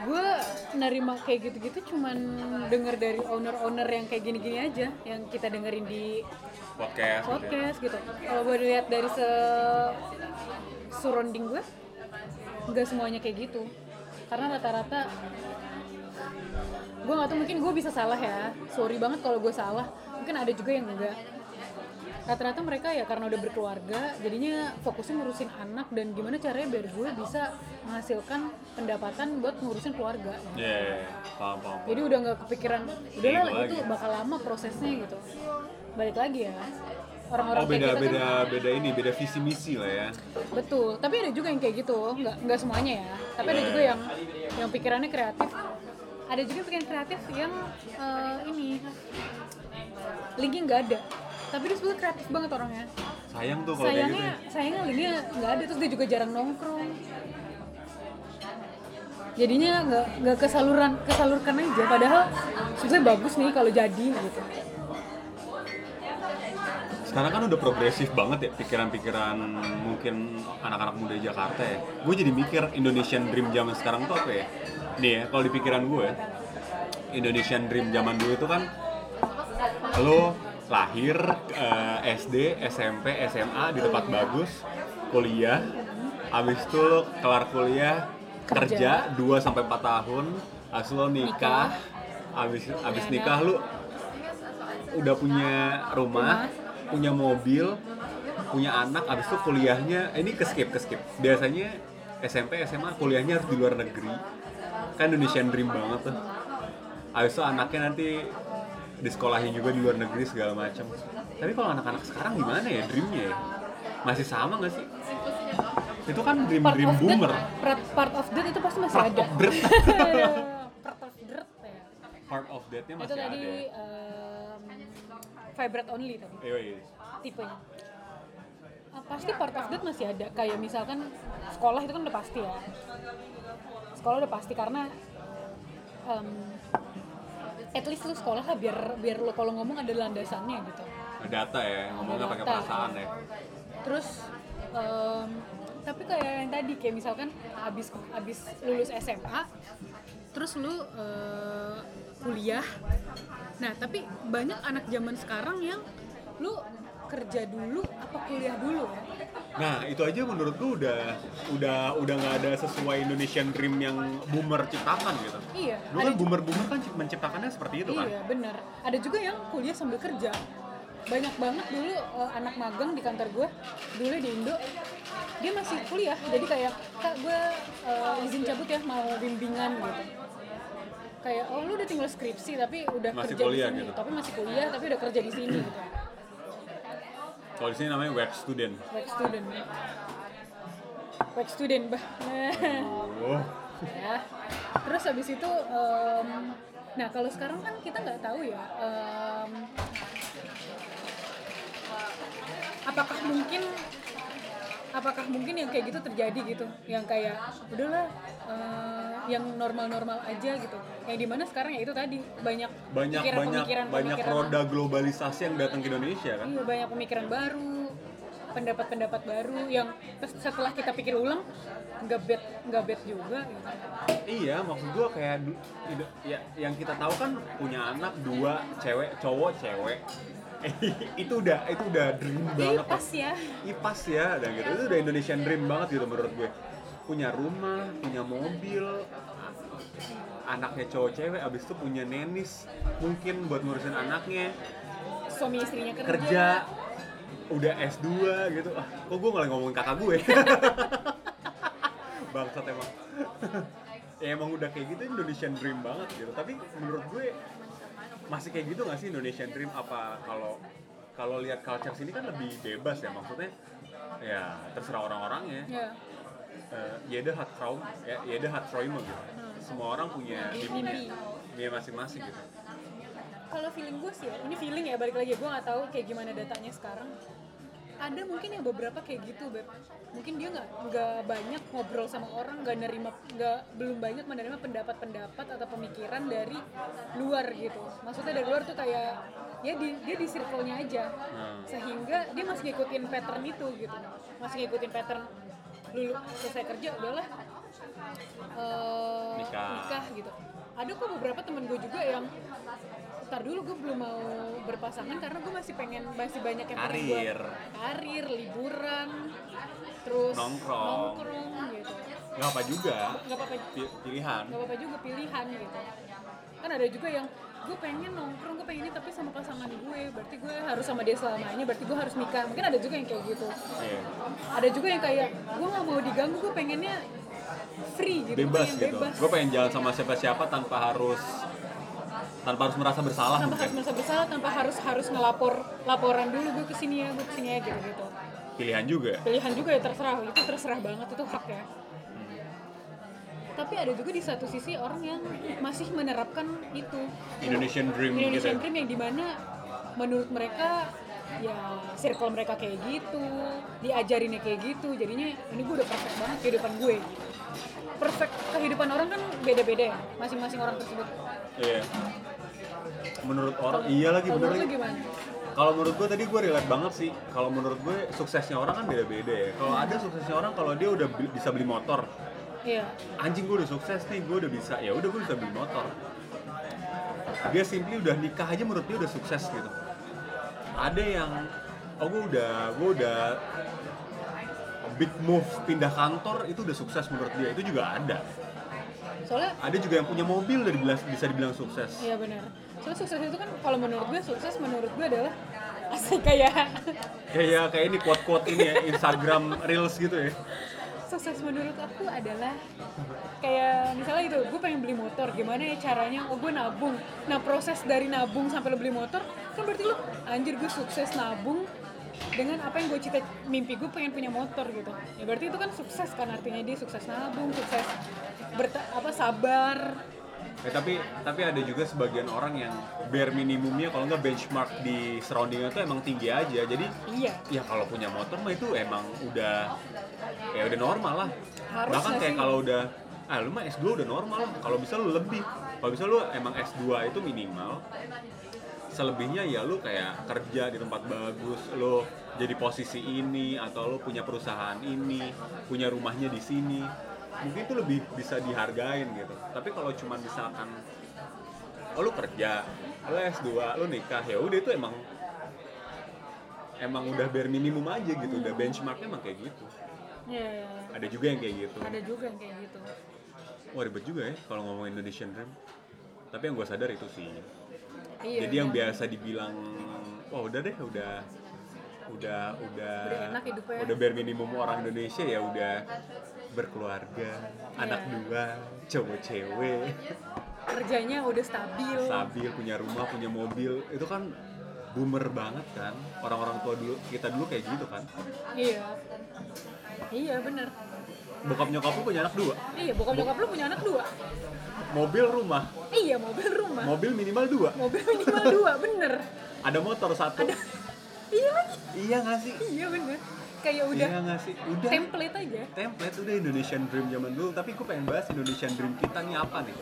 [SPEAKER 2] gue nerima kayak gitu-gitu cuman denger dari owner-owner yang kayak gini-gini aja yang kita dengerin di
[SPEAKER 1] Podcast. gitu ya.
[SPEAKER 2] podcast gitu kalau gue lihat dari se surrounding gue nggak semuanya kayak gitu karena rata-rata gue nggak tahu mungkin gue bisa salah ya sorry banget kalau gue salah mungkin ada juga yang enggak rata-rata mereka ya karena udah berkeluarga jadinya fokusnya ngurusin anak dan gimana caranya biar gue bisa menghasilkan pendapatan buat ngurusin keluarga
[SPEAKER 1] Iya, iya, iya. paham paham. paham.
[SPEAKER 2] jadi udah nggak kepikiran udahlah
[SPEAKER 1] Bego
[SPEAKER 2] itu
[SPEAKER 1] lagi.
[SPEAKER 2] bakal lama prosesnya gitu balik lagi ya orang-orang
[SPEAKER 1] Oh
[SPEAKER 2] kayak
[SPEAKER 1] beda
[SPEAKER 2] kita
[SPEAKER 1] beda
[SPEAKER 2] kan
[SPEAKER 1] beda ini beda visi misi lah ya.
[SPEAKER 2] betul tapi ada juga yang kayak gitu nggak nggak semuanya ya tapi ada
[SPEAKER 1] Iya.
[SPEAKER 2] juga yang yang pikirannya kreatif ada juga yang pikiran kreatif yang eh, ini linknya nggak ada tapi dia sebenarnya kreatif banget orangnya
[SPEAKER 1] Sayang tuh kalau kayak gitu.
[SPEAKER 2] sayangnya sayangnya linknya nggak ada terus dia juga jarang nongkrong jadinya nggak nggak kesaluran kesalurkan aja padahal sebenarnya bagus nih kalau jadi gitu
[SPEAKER 1] Sekarang kan udah progresif banget ya pikiran-pikiran mungkin anak-anak muda Jakarta ya. Gue jadi mikir Indonesian Dream zaman sekarang tuh apa ya? Nih ya, kalau di pikiran gue, Indonesian Dream zaman dulu itu kan lo lahir eh, SD, SMP, SMA di tempat bagus, kuliah, habis itu lo kelar kuliah kerja, 2 sampai 4 tahun, habis lo nikah, Iya. habis habis nikah lu udah punya rumah, punya mobil, punya anak, habis itu kuliahnya eh, ini keskip keskip. Biasanya SMP SMA kuliahnya harus di luar negeri. Kan Indonesian dream banget tuh. Habis itu anaknya nanti disekolahin juga di luar negeri segala macam. Tapi kalau anak-anak sekarang gimana ya dreamnya ya? Masih sama nggak sih? Itu kan dream
[SPEAKER 2] part
[SPEAKER 1] dream
[SPEAKER 2] of
[SPEAKER 1] boomer.
[SPEAKER 2] that ya? part, part of that itu pasti masih
[SPEAKER 1] Part
[SPEAKER 2] ada
[SPEAKER 1] of dread.
[SPEAKER 2] part of dread ya
[SPEAKER 1] Part of that-nya
[SPEAKER 2] itu
[SPEAKER 1] masih ada.
[SPEAKER 2] tadi
[SPEAKER 1] ya.
[SPEAKER 2] um, vibrate only tadi
[SPEAKER 1] Iya, iya.
[SPEAKER 2] tipenya Ah, pasti part of that masih ada kayak misalkan sekolah itu kan udah pasti ya sekolah udah pasti karena em, at least lu sekolah lah biar biar lu kalau ngomong ada landasannya gitu
[SPEAKER 1] data ya ngomong nggak pakai
[SPEAKER 2] Data.
[SPEAKER 1] perasaan ya
[SPEAKER 2] terus em, tapi kayak yang tadi kayak misalkan abis abis lulus SMA terus lu eh, kuliah nah tapi banyak anak zaman sekarang yang lu kerja dulu apa kuliah dulu
[SPEAKER 1] nah itu aja menurut gue udah udah udah nggak ada sesuai Indonesian Dream yang boomer ciptakan gitu
[SPEAKER 2] iya
[SPEAKER 1] lu
[SPEAKER 2] ada
[SPEAKER 1] kan boomer boomer kan cip- menciptakannya seperti itu kan
[SPEAKER 2] Iya benar. Ada juga yang kuliah sambil kerja. Banyak banget dulu eh, anak magang di kantor gue dulu di Indo dia masih kuliah jadi kayak kak gue eh, izin cabut ya mau bimbingan gitu kayak oh lu udah tinggal skripsi tapi udah
[SPEAKER 1] Masih
[SPEAKER 2] kerja
[SPEAKER 1] kuliah
[SPEAKER 2] di sini
[SPEAKER 1] gitu.
[SPEAKER 2] tapi masih kuliah tapi udah kerja di sini gitu
[SPEAKER 1] kalau di sini namanya work student
[SPEAKER 2] work student work student bah
[SPEAKER 1] Aduh.
[SPEAKER 2] ya terus habis itu em, nah kalau sekarang kan kita nggak tahu ya em, apakah mungkin apakah mungkin yang kayak gitu terjadi gitu yang kayak udahlah eh, yang normal-normal aja gitu yang dimana sekarang ya itu tadi
[SPEAKER 1] banyak
[SPEAKER 2] banyak
[SPEAKER 1] banyak
[SPEAKER 2] pemikiran-pemikiran-
[SPEAKER 1] banyak
[SPEAKER 2] pemikiran-
[SPEAKER 1] roda globalisasi yang datang ke Indonesia kan
[SPEAKER 2] Iya banyak pemikiran baru, pendapat-pendapat baru yang terus setelah kita pikir ulang nggak bad nggak bad juga. Gitu.
[SPEAKER 1] Iya, maksud gua kayak du- ide- ya, yang kita tahu kan punya anak dua cewek cowok cewek itu udah itu udah dream
[SPEAKER 2] Ih,
[SPEAKER 1] banget
[SPEAKER 2] pas ya.
[SPEAKER 1] ipas ya dan gitu itu udah Indonesian dream banget gitu menurut gue punya rumah punya mobil anaknya cowok cewek abis itu punya nenis mungkin buat ngurusin anaknya
[SPEAKER 2] Suami istrinya kerja.
[SPEAKER 1] kerja udah S2 gitu ah kok gue malah ngomongin kakak gue bangsat emang ya emang udah kayak gitu Indonesian Dream banget gitu tapi menurut gue masih kayak gitu nggak sih Indonesian Dream apa kalau kalau lihat culture sini kan lebih bebas ya maksudnya ya terserah orang-orangnya
[SPEAKER 2] Ya.
[SPEAKER 1] Eh, jeder hat Traum, ya, jeder hat Träume gitu. Semua orang punya mimpi,
[SPEAKER 2] Mimpi.
[SPEAKER 1] dia masing-masing gitu.
[SPEAKER 2] Kalau feeling gue sih, ya, ini feeling ya balik lagi gue nggak tahu kayak gimana datanya sekarang. Ada mungkin yang beberapa kayak gitu, Beb. Mungkin dia nggak nggak banyak ngobrol sama orang, nggak nerima, nggak belum banyak menerima pendapat-pendapat atau pemikiran dari luar gitu. Maksudnya dari luar tuh kayak ya di, dia di circle-nya aja.
[SPEAKER 1] Nah,
[SPEAKER 2] sehingga dia masih ngikutin pattern itu gitu masih ngikutin pattern lulu selesai kerja udahlah eh,
[SPEAKER 1] Nikah.
[SPEAKER 2] gitu ada kok beberapa temen gue juga yang ntar dulu gue belum mau berpasangan karena gue masih pengen masih banyak yang pengen gua-
[SPEAKER 1] Karir.
[SPEAKER 2] karir liburan terus
[SPEAKER 1] Nongkrong.
[SPEAKER 2] nongkrong, gitu
[SPEAKER 1] nggak apa juga,
[SPEAKER 2] nggak apa-apa
[SPEAKER 1] pi- pilihan.
[SPEAKER 2] nggak apa-apa juga pilihan gitu kan ada juga yang gue pengen nongkrong gue pengennya tapi sama pasangan gue berarti gue harus sama dia selamanya berarti gue harus nikah mungkin ada juga yang kayak gitu
[SPEAKER 1] Iya.
[SPEAKER 2] ada juga yang kayak gue nggak mau diganggu gue pengennya free gitu
[SPEAKER 1] bebas
[SPEAKER 2] pengen
[SPEAKER 1] gitu.
[SPEAKER 2] bebas
[SPEAKER 1] Gue pengen jalan sama siapa-siapa tanpa harus tanpa harus merasa bersalah
[SPEAKER 2] tanpa harus
[SPEAKER 1] mungkin.
[SPEAKER 2] merasa bersalah tanpa harus harus ngelapor laporan dulu gue kesini ya gue kesini ya gitu gitu
[SPEAKER 1] Pilihan juga.
[SPEAKER 2] pilihan juga ya terserah itu terserah banget itu hak ya tapi ada juga di satu sisi orang yang masih menerapkan itu
[SPEAKER 1] Indonesian Dream
[SPEAKER 2] Indonesian
[SPEAKER 1] gitu.
[SPEAKER 2] Dream yang dimana menurut mereka ya circle mereka kayak gitu diajarinnya kayak gitu jadinya ini gue udah perfect banget kehidupan gue gitu. perfect kehidupan orang kan beda-beda ya masing-masing orang tersebut
[SPEAKER 1] Iya. Menurut orang iya lagi
[SPEAKER 2] kalau
[SPEAKER 1] bener
[SPEAKER 2] menurut lu
[SPEAKER 1] lagi.
[SPEAKER 2] gimana?
[SPEAKER 1] Kalau menurut gue tadi gue relate banget sih. Kalau menurut gue suksesnya orang kan beda-beda ya. Kalau ada suksesnya orang kalau dia udah beli- bisa beli motor,
[SPEAKER 2] iya
[SPEAKER 1] anjing gue udah sukses nih, gue udah bisa. Ya udah gue bisa beli motor. Dia simply udah nikah aja menurut dia udah sukses gitu. Ada yang oh gue udah gue udah big move pindah kantor itu udah sukses menurut dia itu juga ada
[SPEAKER 2] soalnya
[SPEAKER 1] ada juga yang punya mobil udah dibilang- bisa dibilang sukses
[SPEAKER 2] iya benar soalnya sukses itu kan kalau menurut gue sukses menurut gue adalah asik kayak
[SPEAKER 1] kayak kayak ini quote quote ini ya Instagram reels gitu ya
[SPEAKER 2] sukses menurut aku adalah kayak misalnya itu gue pengen beli motor gimana ya caranya oh gue nabung nah proses dari nabung sampai lo beli motor kan berarti lo anjir gue sukses nabung dengan apa yang gue cita mimpi gue pengen punya motor gitu ya berarti itu kan sukses kan artinya dia sukses nabung sukses berta- apa sabar
[SPEAKER 1] Ya, tapi tapi ada juga sebagian orang yang bare minimumnya kalau nggak benchmark di surroundingnya tuh emang tinggi aja jadi
[SPEAKER 2] iya
[SPEAKER 1] ya kalau punya motor mah itu emang udah ya udah normal lah
[SPEAKER 2] Harus
[SPEAKER 1] bahkan
[SPEAKER 2] nggak
[SPEAKER 1] kayak
[SPEAKER 2] sih?
[SPEAKER 1] kalau udah ah lu mah S2 udah normal lah kalau bisa lu lebih kalau bisa lu emang S2 itu minimal selebihnya ya lu kayak kerja di tempat bagus lu jadi posisi ini atau lu punya perusahaan ini punya rumahnya di sini mungkin itu lebih bisa dihargain gitu tapi kalau cuman misalkan oh lu kerja lu S2 lu nikah ya udah itu emang emang udah bare minimum aja gitu
[SPEAKER 2] Hmm.
[SPEAKER 1] udah benchmarknya emang kayak gitu
[SPEAKER 2] ya
[SPEAKER 1] ada juga yang kayak gitu
[SPEAKER 2] ada juga yang kayak gitu
[SPEAKER 1] wah ribet juga ya kalau ngomong Indonesian Dream tapi yang gue sadar itu sih
[SPEAKER 2] iya
[SPEAKER 1] Jadi yang biasa dibilang, wah udah deh, udah udah udah
[SPEAKER 2] Udah enak hidupnya.
[SPEAKER 1] udah bare minimum orang Indonesia ya udah berkeluarga,
[SPEAKER 2] Iya.
[SPEAKER 1] anak dua, cowok cewek,
[SPEAKER 2] kerjanya udah stabil
[SPEAKER 1] stabil, punya rumah, punya mobil. Itu kan boomer banget kan. Orang-orang tua dulu kita dulu kayak gitu kan.
[SPEAKER 2] iya iya bener
[SPEAKER 1] Bokap nyokap lu punya anak dua,
[SPEAKER 2] iya bokap bokap lu punya anak dua
[SPEAKER 1] mobil rumah,
[SPEAKER 2] iya mobil rumah
[SPEAKER 1] mobil minimal dua,
[SPEAKER 2] mobil minimal dua bener
[SPEAKER 1] ada motor satu.
[SPEAKER 2] ada iya lagi
[SPEAKER 1] Iya nggak sih?
[SPEAKER 2] iya bener kayak udah
[SPEAKER 1] Iya nggak sih? Udah.
[SPEAKER 2] template aja
[SPEAKER 1] template udah Indonesian Dream zaman dulu tapi gue pengen bahas Indonesian Dream kita nih apa nih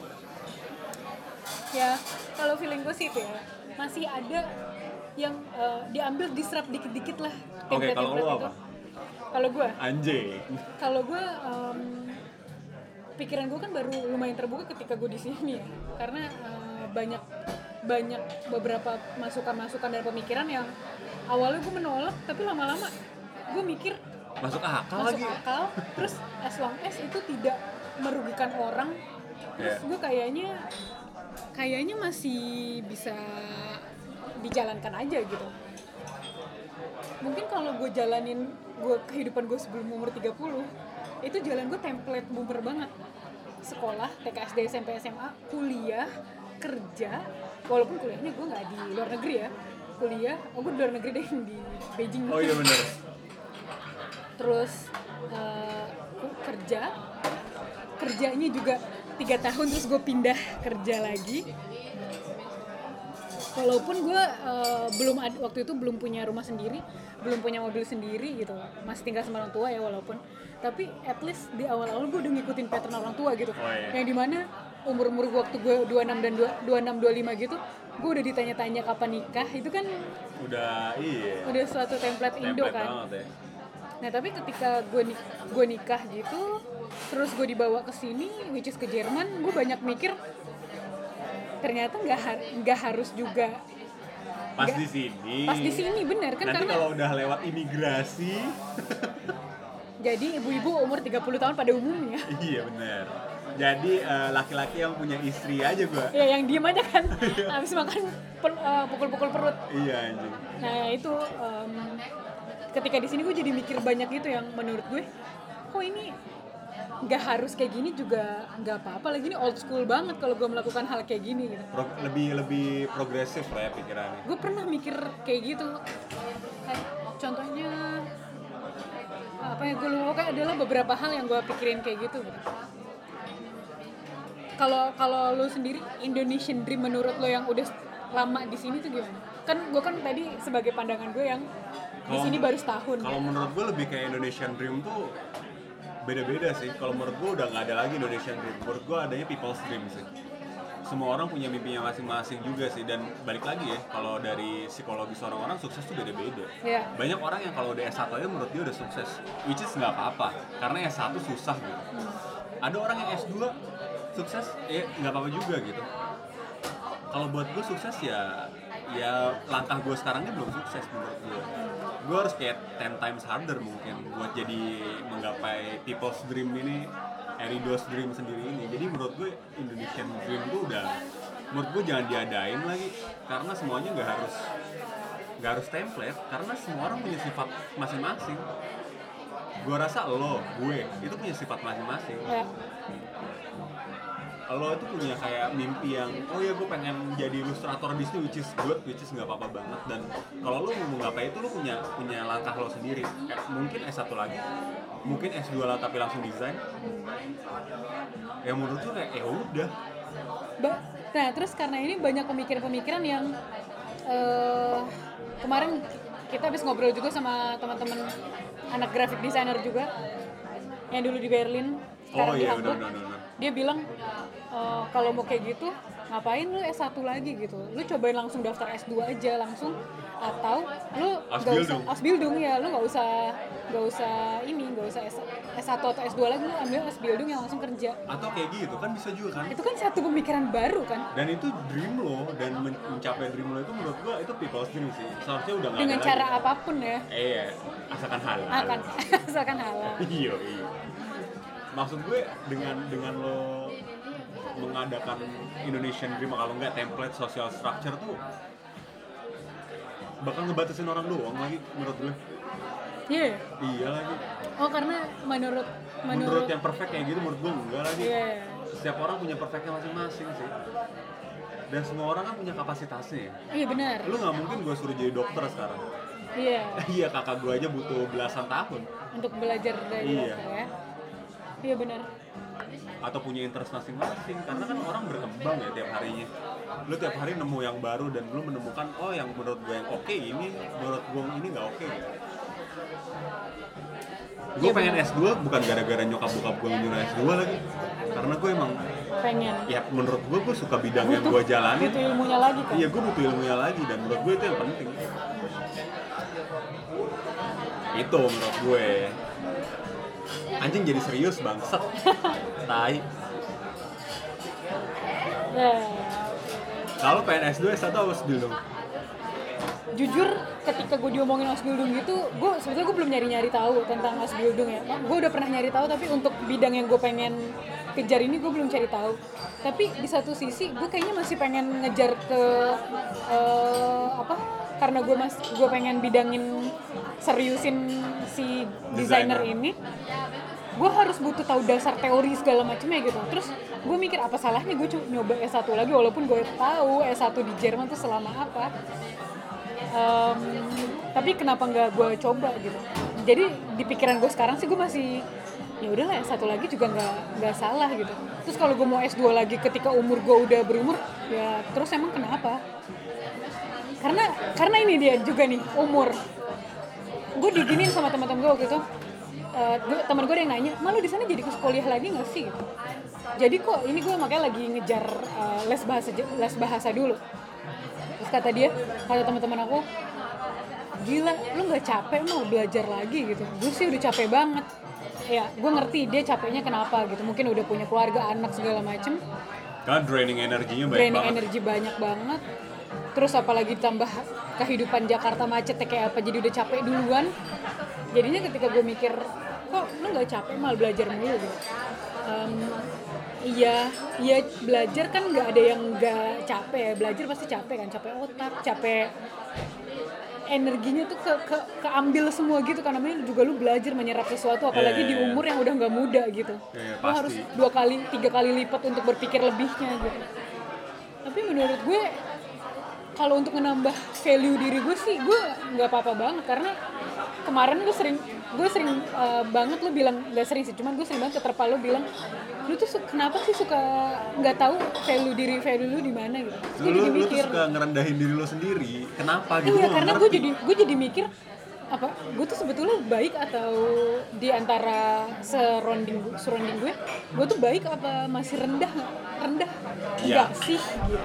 [SPEAKER 2] ya kalau feeling gue sih itu ya masih ada yang eh, diambil diserap dikit-dikit lah
[SPEAKER 1] Oke, kalau lu
[SPEAKER 2] template-template
[SPEAKER 1] apa?
[SPEAKER 2] itu. kalau gue
[SPEAKER 1] anjing
[SPEAKER 2] kalau gue em, pikiran gue kan baru lumayan terbuka ketika gue di sini ya karena eh, banyak banyak beberapa masukan-masukan dan pemikiran yang awalnya gue menolak tapi lama-lama gue mikir
[SPEAKER 1] masuk akal
[SPEAKER 2] masuk
[SPEAKER 1] lagi
[SPEAKER 2] akal terus as long as itu tidak merugikan orang terus
[SPEAKER 1] Iya.
[SPEAKER 2] gue kayaknya kayaknya masih bisa dijalankan aja gitu mungkin kalau gue jalanin gue kehidupan gue sebelum umur 30 itu jalan gue template boomer banget sekolah TK SD SMP SMA kuliah kerja walaupun kuliahnya gue nggak di luar negeri ya kuliah oh gue di luar negeri deh di Beijing
[SPEAKER 1] oh iya bener
[SPEAKER 2] terus eh, ku- kerja kerjanya juga tiga tahun terus gue pindah kerja lagi walaupun gue eh, belum ad- waktu itu belum punya rumah sendiri belum punya mobil sendiri gitu masih tinggal sama orang tua ya walaupun tapi at least di awal-awal gue udah ngikutin pattern orang tua gitu
[SPEAKER 1] Oh, iya.
[SPEAKER 2] yang dimana umur-umur gue waktu gue 26 dan 2- 26 25 gitu gue udah ditanya-tanya kapan nikah itu kan
[SPEAKER 1] udah iya
[SPEAKER 2] udah suatu template Indo
[SPEAKER 1] template
[SPEAKER 2] kan
[SPEAKER 1] banget ya
[SPEAKER 2] Nah tapi ketika gue nik gue nikah gitu, terus gue dibawa ke sini, which is ke Jerman, gue banyak mikir ternyata nggak har- nggak harus juga
[SPEAKER 1] pas
[SPEAKER 2] Nggak-
[SPEAKER 1] di sini
[SPEAKER 2] pas di sini bener kan
[SPEAKER 1] nanti
[SPEAKER 2] karena
[SPEAKER 1] kalau udah lewat imigrasi
[SPEAKER 2] jadi ibu-ibu umur 30 tahun pada umumnya
[SPEAKER 1] iya bener jadi eh, laki-laki yang punya istri aja gua
[SPEAKER 2] ya yang diem aja kan habis makan pel- eh, pukul-pukul perut
[SPEAKER 1] iya anjing
[SPEAKER 2] Nah itu em, ketika di sini gue jadi mikir banyak gitu yang menurut gue kok ini nggak harus kayak gini juga nggak apa-apa lagi ini old school banget kalau gue melakukan hal kayak gini gitu.
[SPEAKER 1] Pro- lebih lebih progresif lah ya pikirannya
[SPEAKER 2] Gue pernah mikir kayak gitu. Kayak, contohnya apa ya gue lupa kayak adalah beberapa hal yang gue pikirin kayak gitu. gitu. Kalau kalau lo sendiri Indonesian Dream menurut lo yang udah lama di sini tuh gimana? Kan gue kan tadi sebagai pandangan gue yang di
[SPEAKER 1] Kalau-
[SPEAKER 2] sini baru setahun.
[SPEAKER 1] Kalau menurut gue lebih kayak Indonesian Dream tuh beda-beda sih. Kalau menurut gue udah nggak ada lagi Indonesian Dream. Menurut gue adanya people's dream sih. Semua orang punya mimpinya masing-masing juga sih. Dan balik lagi ya, kalau dari psikologi seorang orang sukses tuh beda-beda.
[SPEAKER 2] Iya.
[SPEAKER 1] Banyak orang yang kalau udah S1 aja menurut dia udah sukses. Which is nggak apa-apa, karena S1 susah gitu. Ada orang yang S2 sukses, eh nggak apa-apa juga gitu. Kalau buat gue sukses ya, ya langkah gue sekarangnya belum sukses menurut gue. Gue harus kayak 10 times harder mungkin buat jadi menggapai people's dream ini, Eridos dream sendiri ini. Jadi menurut gue Indonesian dream tuh udah, menurut gue jangan diadain lagi karena semuanya nggak harus nggak harus template karena semua orang punya sifat masing-masing. Gue rasa lo, gue itu punya sifat masing-masing
[SPEAKER 2] Ya.
[SPEAKER 1] lo itu punya kayak mimpi yang oh ya gue pengen jadi ilustrator bisnis which is good which is nggak apa-apa banget dan kalau lo mau menggapai itu lo punya punya langkah lo sendiri Eh, mungkin S1 lagi mungkin S2 lah tapi langsung desain ya menurut gue kayak ya udah
[SPEAKER 2] Ba- Nah, terus karena ini banyak pemikiran-pemikiran yang eh, kemarin kita habis ngobrol juga sama teman-teman anak graphic designer juga yang dulu di Berlin,
[SPEAKER 1] oh
[SPEAKER 2] sekarang di
[SPEAKER 1] iya udah
[SPEAKER 2] Hamburg.
[SPEAKER 1] udah udah, udah.
[SPEAKER 2] Dia bilang eh, kalau mau kayak gitu ngapain lu S1 lagi gitu lu cobain langsung daftar S2 aja langsung atau lu nggak usah
[SPEAKER 1] Asbildung.
[SPEAKER 2] asbildung ya lu nggak usah nggak usah ini nggak usah S, S1 atau S2 lagi lu ambil asbildung yang langsung kerja
[SPEAKER 1] atau kayak gitu kan bisa juga kan
[SPEAKER 2] itu kan satu pemikiran baru kan
[SPEAKER 1] dan itu dream lo dan men- mencapai dream lo itu menurut gua itu people's dream sih seharusnya udah nggak
[SPEAKER 2] dengan
[SPEAKER 1] ada
[SPEAKER 2] cara
[SPEAKER 1] lagi.
[SPEAKER 2] apapun ya
[SPEAKER 1] iya asalkan halal
[SPEAKER 2] akan asalkan halal
[SPEAKER 1] iya iya maksud gue dengan dengan lo mengadakan Indonesian Dream kalau nggak template social structure tuh bakal ngebatasin orang doang lagi menurut gue
[SPEAKER 2] iya
[SPEAKER 1] iya lagi
[SPEAKER 2] oh karena menurut
[SPEAKER 1] menurut
[SPEAKER 2] menurut
[SPEAKER 1] yang perfect kayak gitu menurut gue enggak lagi
[SPEAKER 2] iya
[SPEAKER 1] setiap orang punya perfectnya masing-masing sih dan semua orang kan punya kapasitasnya ya.
[SPEAKER 2] iya benar
[SPEAKER 1] lu nggak mungkin gue suruh jadi dokter sekarang
[SPEAKER 2] iya
[SPEAKER 1] iya kakak gue aja butuh belasan tahun
[SPEAKER 2] untuk belajar dari
[SPEAKER 1] Iya.
[SPEAKER 2] dokter ya iya benar
[SPEAKER 1] atau punya interest masing-masing karena kan orang berkembang ya tiap harinya lu tiap hari nemu yang baru dan lu menemukan oh yang menurut gue yang oke ini menurut gue ini nggak oke gue
[SPEAKER 2] Iya,
[SPEAKER 1] pengen
[SPEAKER 2] benar.
[SPEAKER 1] S2 bukan gara-gara nyokap bokap gue nyuruh S2 lagi karena gue emang
[SPEAKER 2] pengen
[SPEAKER 1] ya menurut gue gue suka bidang yang gue jalanin
[SPEAKER 2] itu ilmunya lagi kan
[SPEAKER 1] iya gue butuh ilmunya lagi dan menurut gue itu yang penting itu menurut gue anjing jadi serius bangsat tai
[SPEAKER 2] Ya.
[SPEAKER 1] Kalau PNS 2 S1 apa S2 dong?
[SPEAKER 2] jujur ketika gue diomongin Asbildung gitu gue sebetulnya gue belum nyari-nyari tahu tentang Asbildung ya gue udah pernah nyari tahu tapi untuk bidang yang gue pengen kejar ini gue belum cari tahu tapi di satu sisi gue kayaknya masih pengen ngejar ke eh, apa karena gue mas gue pengen bidangin seriusin si
[SPEAKER 1] Designer.
[SPEAKER 2] desainer ini gue harus butuh tahu dasar teori segala macamnya gitu terus gue mikir apa salahnya gue nyoba S1 lagi walaupun gue tahu S1 di Jerman tuh selama apa Em, tapi kenapa nggak gue coba gitu jadi di pikiran gue sekarang sih gue masih ya udahlah S1 lagi juga nggak nggak salah gitu terus kalau gue mau S2 lagi ketika umur gue udah berumur ya terus emang kenapa karena karena ini dia juga nih umur gue diginin sama teman-teman gue waktu itu Eh, gue- teman gue ada yang nanya malu di sana jadi kus kuliah lagi nggak sih gitu. jadi kok ini gue makanya lagi ngejar eh, les bahasa Je- les bahasa dulu terus kata dia kata teman-teman aku gila lu nggak capek mau belajar lagi gitu gue sih udah capek banget ya gue ngerti dia capeknya kenapa gitu mungkin udah punya keluarga anak segala macem
[SPEAKER 1] Kan draining energinya banyak
[SPEAKER 2] draining
[SPEAKER 1] banget.
[SPEAKER 2] energi banyak banget terus apalagi tambah kehidupan Jakarta macetnya kayak apa jadi udah capek duluan jadinya ketika gue mikir kok lu nggak capek malah belajar mulu gitu Em, iya iya belajar kan nggak ada yang nggak capek ya belajar pasti capek kan capek otak capek energinya tuh ke, ke keambil semua gitu karena namanya juga lu belajar menyerap sesuatu
[SPEAKER 1] Iya,
[SPEAKER 2] apalagi di
[SPEAKER 1] iya, iya.
[SPEAKER 2] umur yang udah nggak muda gitu
[SPEAKER 1] Iya,
[SPEAKER 2] Lu
[SPEAKER 1] pasti.
[SPEAKER 2] harus dua kali tiga kali lipat untuk berpikir lebihnya gitu tapi menurut gue kalau untuk menambah value diri gue sih gue nggak apa-apa banget karena kemarin gue sering gue sering eh, banget lo bilang nggak sering sih cuman gue sering banget keterpa lo bilang lu tuh su- kenapa sih suka nggak tahu value diri value lu di mana gitu Terus gue
[SPEAKER 1] Lu,
[SPEAKER 2] jadi
[SPEAKER 1] lu tuh
[SPEAKER 2] mikir
[SPEAKER 1] suka ngerendahin diri lu sendiri. Kenapa gitu?
[SPEAKER 2] iya
[SPEAKER 1] Gua
[SPEAKER 2] karena
[SPEAKER 1] nggak
[SPEAKER 2] gue
[SPEAKER 1] ngerti.
[SPEAKER 2] jadi gue jadi mikir apa gue tuh sebetulnya baik atau di antara surrounding gue, surrounding gue gue tuh baik apa masih rendah nggak? rendah
[SPEAKER 1] Iya.
[SPEAKER 2] enggak sih gitu.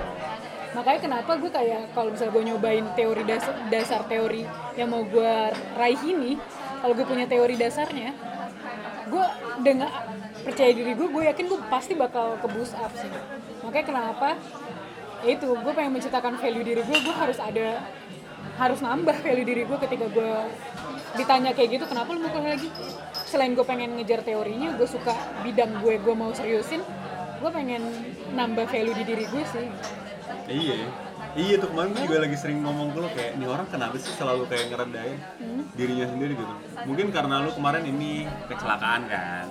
[SPEAKER 2] makanya kenapa gue kayak kalau misalnya gue nyobain teori dasar, dasar teori yang mau gue raih ini kalau gue punya teori dasarnya gue dengan percaya diri gue gue yakin gue pasti bakal ke boost up sih makanya kenapa ya itu gue pengen menciptakan value diri gue gue harus ada harus nambah value diri gue ketika gue ditanya kayak gitu kenapa lu mau kuliah lagi selain gue pengen ngejar teorinya gue suka bidang gue gue mau seriusin gue pengen nambah value di diri gue sih
[SPEAKER 1] Iya. ya. Iya tuh kemarin gue juga lagi sering ngomong ke lu kayak nih orang kenapa sih selalu kayak ngerendahin dirinya sendiri gitu. Mungkin karena lu kemarin ini kecelakaan kan.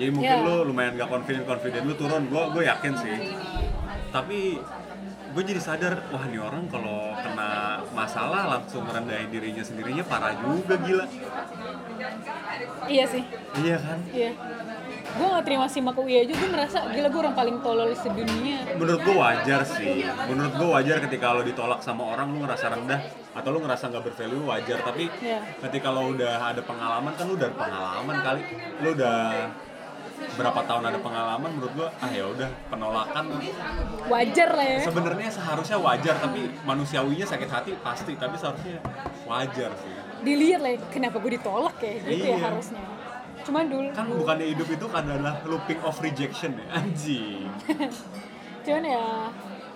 [SPEAKER 1] Jadi mungkin
[SPEAKER 2] Iya.
[SPEAKER 1] lu lumayan gak confident confident lu turun. Gue gue yakin sih. Tapi gue jadi sadar wah nih orang kalau kena masalah langsung merendahin dirinya sendirinya parah juga gila.
[SPEAKER 2] iya sih
[SPEAKER 1] Iya kan?
[SPEAKER 2] iya gue gak terima simak UI aja gue merasa gila gue orang paling tolol sedunia
[SPEAKER 1] Menurut gue wajar sih. Menurut gue wajar ketika lo ditolak sama orang lu ngerasa rendah atau lu ngerasa nggak bervalue wajar. Tapi
[SPEAKER 2] Iya.
[SPEAKER 1] ketika lo udah ada pengalaman kan lu udah ada pengalaman kali. Lu udah berapa tahun ada pengalaman menurut gua ah ya udah penolakan
[SPEAKER 2] wajar lah ya
[SPEAKER 1] sebenarnya seharusnya wajar tapi manusiawinya sakit hati pasti tapi seharusnya wajar sih
[SPEAKER 2] dilihat lah ya, kenapa gue ditolak ya gitu ya
[SPEAKER 1] Iya.
[SPEAKER 2] harusnya cuman dulu
[SPEAKER 1] kan bukannya hidup itu adalah looping of rejection ya anjing
[SPEAKER 2] cuman ya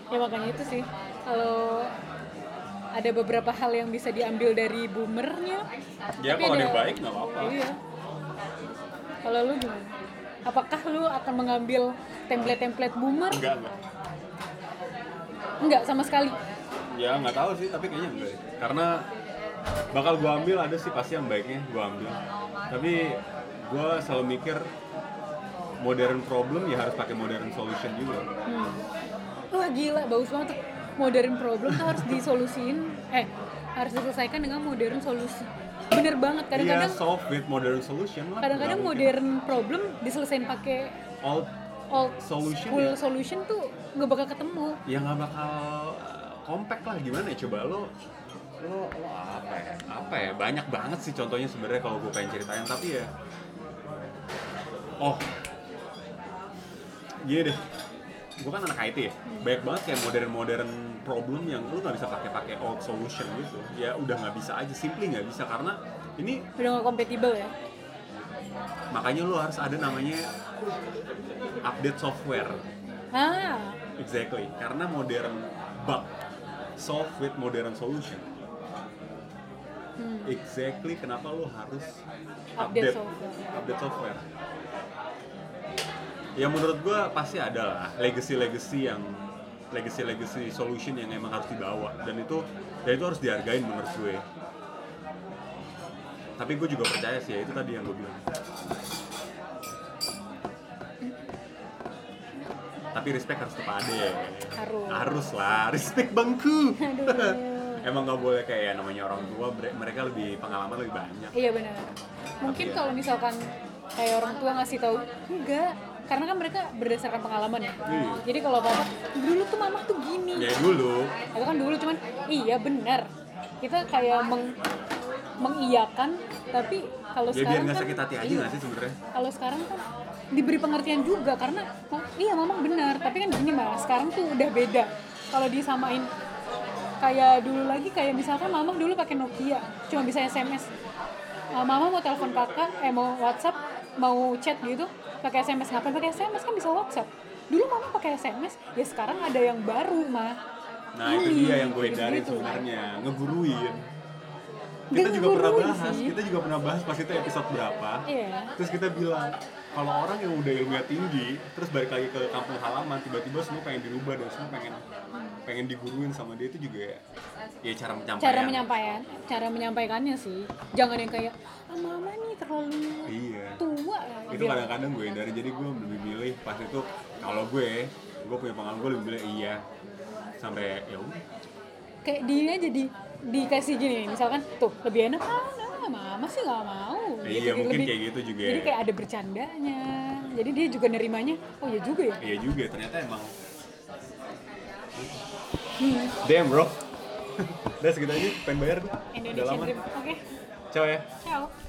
[SPEAKER 2] ya makanya itu sih kalau ada beberapa hal yang bisa diambil dari boomernya
[SPEAKER 1] ya
[SPEAKER 2] Tapi
[SPEAKER 1] kalau
[SPEAKER 2] ada-
[SPEAKER 1] dia baik nggak apa-apa
[SPEAKER 2] iya kalau lu gimana apakah lu akan mengambil template-template boomer
[SPEAKER 1] enggak enggak
[SPEAKER 2] enggak sama sekali
[SPEAKER 1] ya nggak tahu sih tapi kayaknya enggak ya. karena bakal gua ambil ada sih pasti yang baiknya gua ambil tapi gua selalu mikir modern problem ya harus pakai modern solution juga
[SPEAKER 2] Hmm. Wah gila, bagus banget tuh. Modern problem tuh harus disolusiin, eh harus diselesaikan dengan modern solusi. Bener
[SPEAKER 1] Iya,
[SPEAKER 2] banget, kadang-kadang
[SPEAKER 1] solve with modern solution lah.
[SPEAKER 2] kadang-kadang
[SPEAKER 1] Nggak
[SPEAKER 2] modern problem diselesain pakai
[SPEAKER 1] mungkin. All
[SPEAKER 2] old
[SPEAKER 1] Solution
[SPEAKER 2] school
[SPEAKER 1] ya?
[SPEAKER 2] solution tuh nggak bakal ketemu.
[SPEAKER 1] ya nggak bakal eh, compact lah gimana ya coba lo lo lo apa ya apa ya banyak banget sih contohnya sebenarnya kalau gue pengen ceritain tapi ya oh gini deh gue kan anak IT ya banyak banget kayak modern-modern problem yang lo nggak bisa pakai-pakai old solution gitu ya udah nggak bisa aja simply nggak bisa karena ini
[SPEAKER 2] Udah nggak kompatibel ya.
[SPEAKER 1] makanya lo harus ada namanya update software
[SPEAKER 2] Ah,
[SPEAKER 1] Exactly, karena modern bug solve with modern solution.
[SPEAKER 2] Hmm.
[SPEAKER 1] Exactly kenapa lo harus update
[SPEAKER 2] Update software.
[SPEAKER 1] update software. Ya menurut gua pasti ada lah legacy-legacy yang legacy-legacy solution yang emang harus dibawa dan itu dan itu harus dihargain menurut gue. Tapi gue juga percaya sih ya itu tadi yang gue bilang. Tapi respect harus tetap ada ya.
[SPEAKER 2] Harus.
[SPEAKER 1] Harus lah, respect bangku.
[SPEAKER 2] Aduh.
[SPEAKER 1] Emang nggak boleh kayak ya, namanya orang tua, mere- mereka lebih pengalaman lebih banyak.
[SPEAKER 2] iya benar. Mungkin
[SPEAKER 1] Tapi ya.
[SPEAKER 2] kalau misalkan kayak orang tua ngasih tahu enggak, karena kan mereka berdasarkan pengalaman ya.
[SPEAKER 1] Iya.
[SPEAKER 2] Jadi kalau papa dulu tuh mama tuh gini.
[SPEAKER 1] Ya dulu,
[SPEAKER 2] itu kan dulu cuman iya benar kita kayak meng- mengiyakan tapi kalau
[SPEAKER 1] ya biar
[SPEAKER 2] sekarang
[SPEAKER 1] nggak
[SPEAKER 2] kan
[SPEAKER 1] sakit hati aja
[SPEAKER 2] iya.
[SPEAKER 1] nggak sih sebenarnya?
[SPEAKER 2] kalau sekarang kan diberi pengertian juga karena oh, iya memang benar tapi kan gini mas sekarang tuh udah beda kalau disamain kayak dulu lagi kayak misalkan mama dulu pakai Nokia cuma bisa SMS Uh, mama mau telepon kakak eh mau WhatsApp mau chat gitu pakai SMS ngapain pakai SMS kan bisa WhatsApp dulu mama pakai SMS ya sekarang ada yang baru Iya, mah
[SPEAKER 1] Nah itu
[SPEAKER 2] Ini,
[SPEAKER 1] dia yang gue hindari
[SPEAKER 2] gitu-gitu.
[SPEAKER 1] sebenarnya, ngeguruin. Kita
[SPEAKER 2] Nggak
[SPEAKER 1] juga pernah
[SPEAKER 2] ngeguruin
[SPEAKER 1] bahas,
[SPEAKER 2] sih.
[SPEAKER 1] kita juga pernah bahas pas itu episode berapa.
[SPEAKER 2] Iya.
[SPEAKER 1] Terus kita bilang kalau orang yang udah ilmunya tinggi, terus balik lagi ke kampung halaman, tiba-tiba semua pengen dirubah dan semua pengen pengen diguruin sama dia itu juga ya, ya cara menyampaikan.
[SPEAKER 2] cara menyampaikan cara menyampaikannya sih jangan yang kayak ah, mama nih terlalu
[SPEAKER 1] Iya.
[SPEAKER 2] tua lah
[SPEAKER 1] itu kadang-kadang gue hindari jadi gue lebih milih pas itu kalau gue gue punya pengalaman gue lebih milih iya sampai ya udah
[SPEAKER 2] kayak dia jadi dikasih gini nih, misalkan tuh lebih enak ah, nah, mama sih nggak mau
[SPEAKER 1] Eh, iya, mungkin kayak gitu juga.
[SPEAKER 2] jadi kayak ada bercandanya jadi dia juga nerimanya oh ya juga ya
[SPEAKER 1] iya juga ternyata emang
[SPEAKER 2] Hmm,
[SPEAKER 1] damn bro udah segitu aja pengen bayar gue udah
[SPEAKER 2] Indonesian
[SPEAKER 1] lama
[SPEAKER 2] Dream oke
[SPEAKER 1] ciao ya
[SPEAKER 2] ciao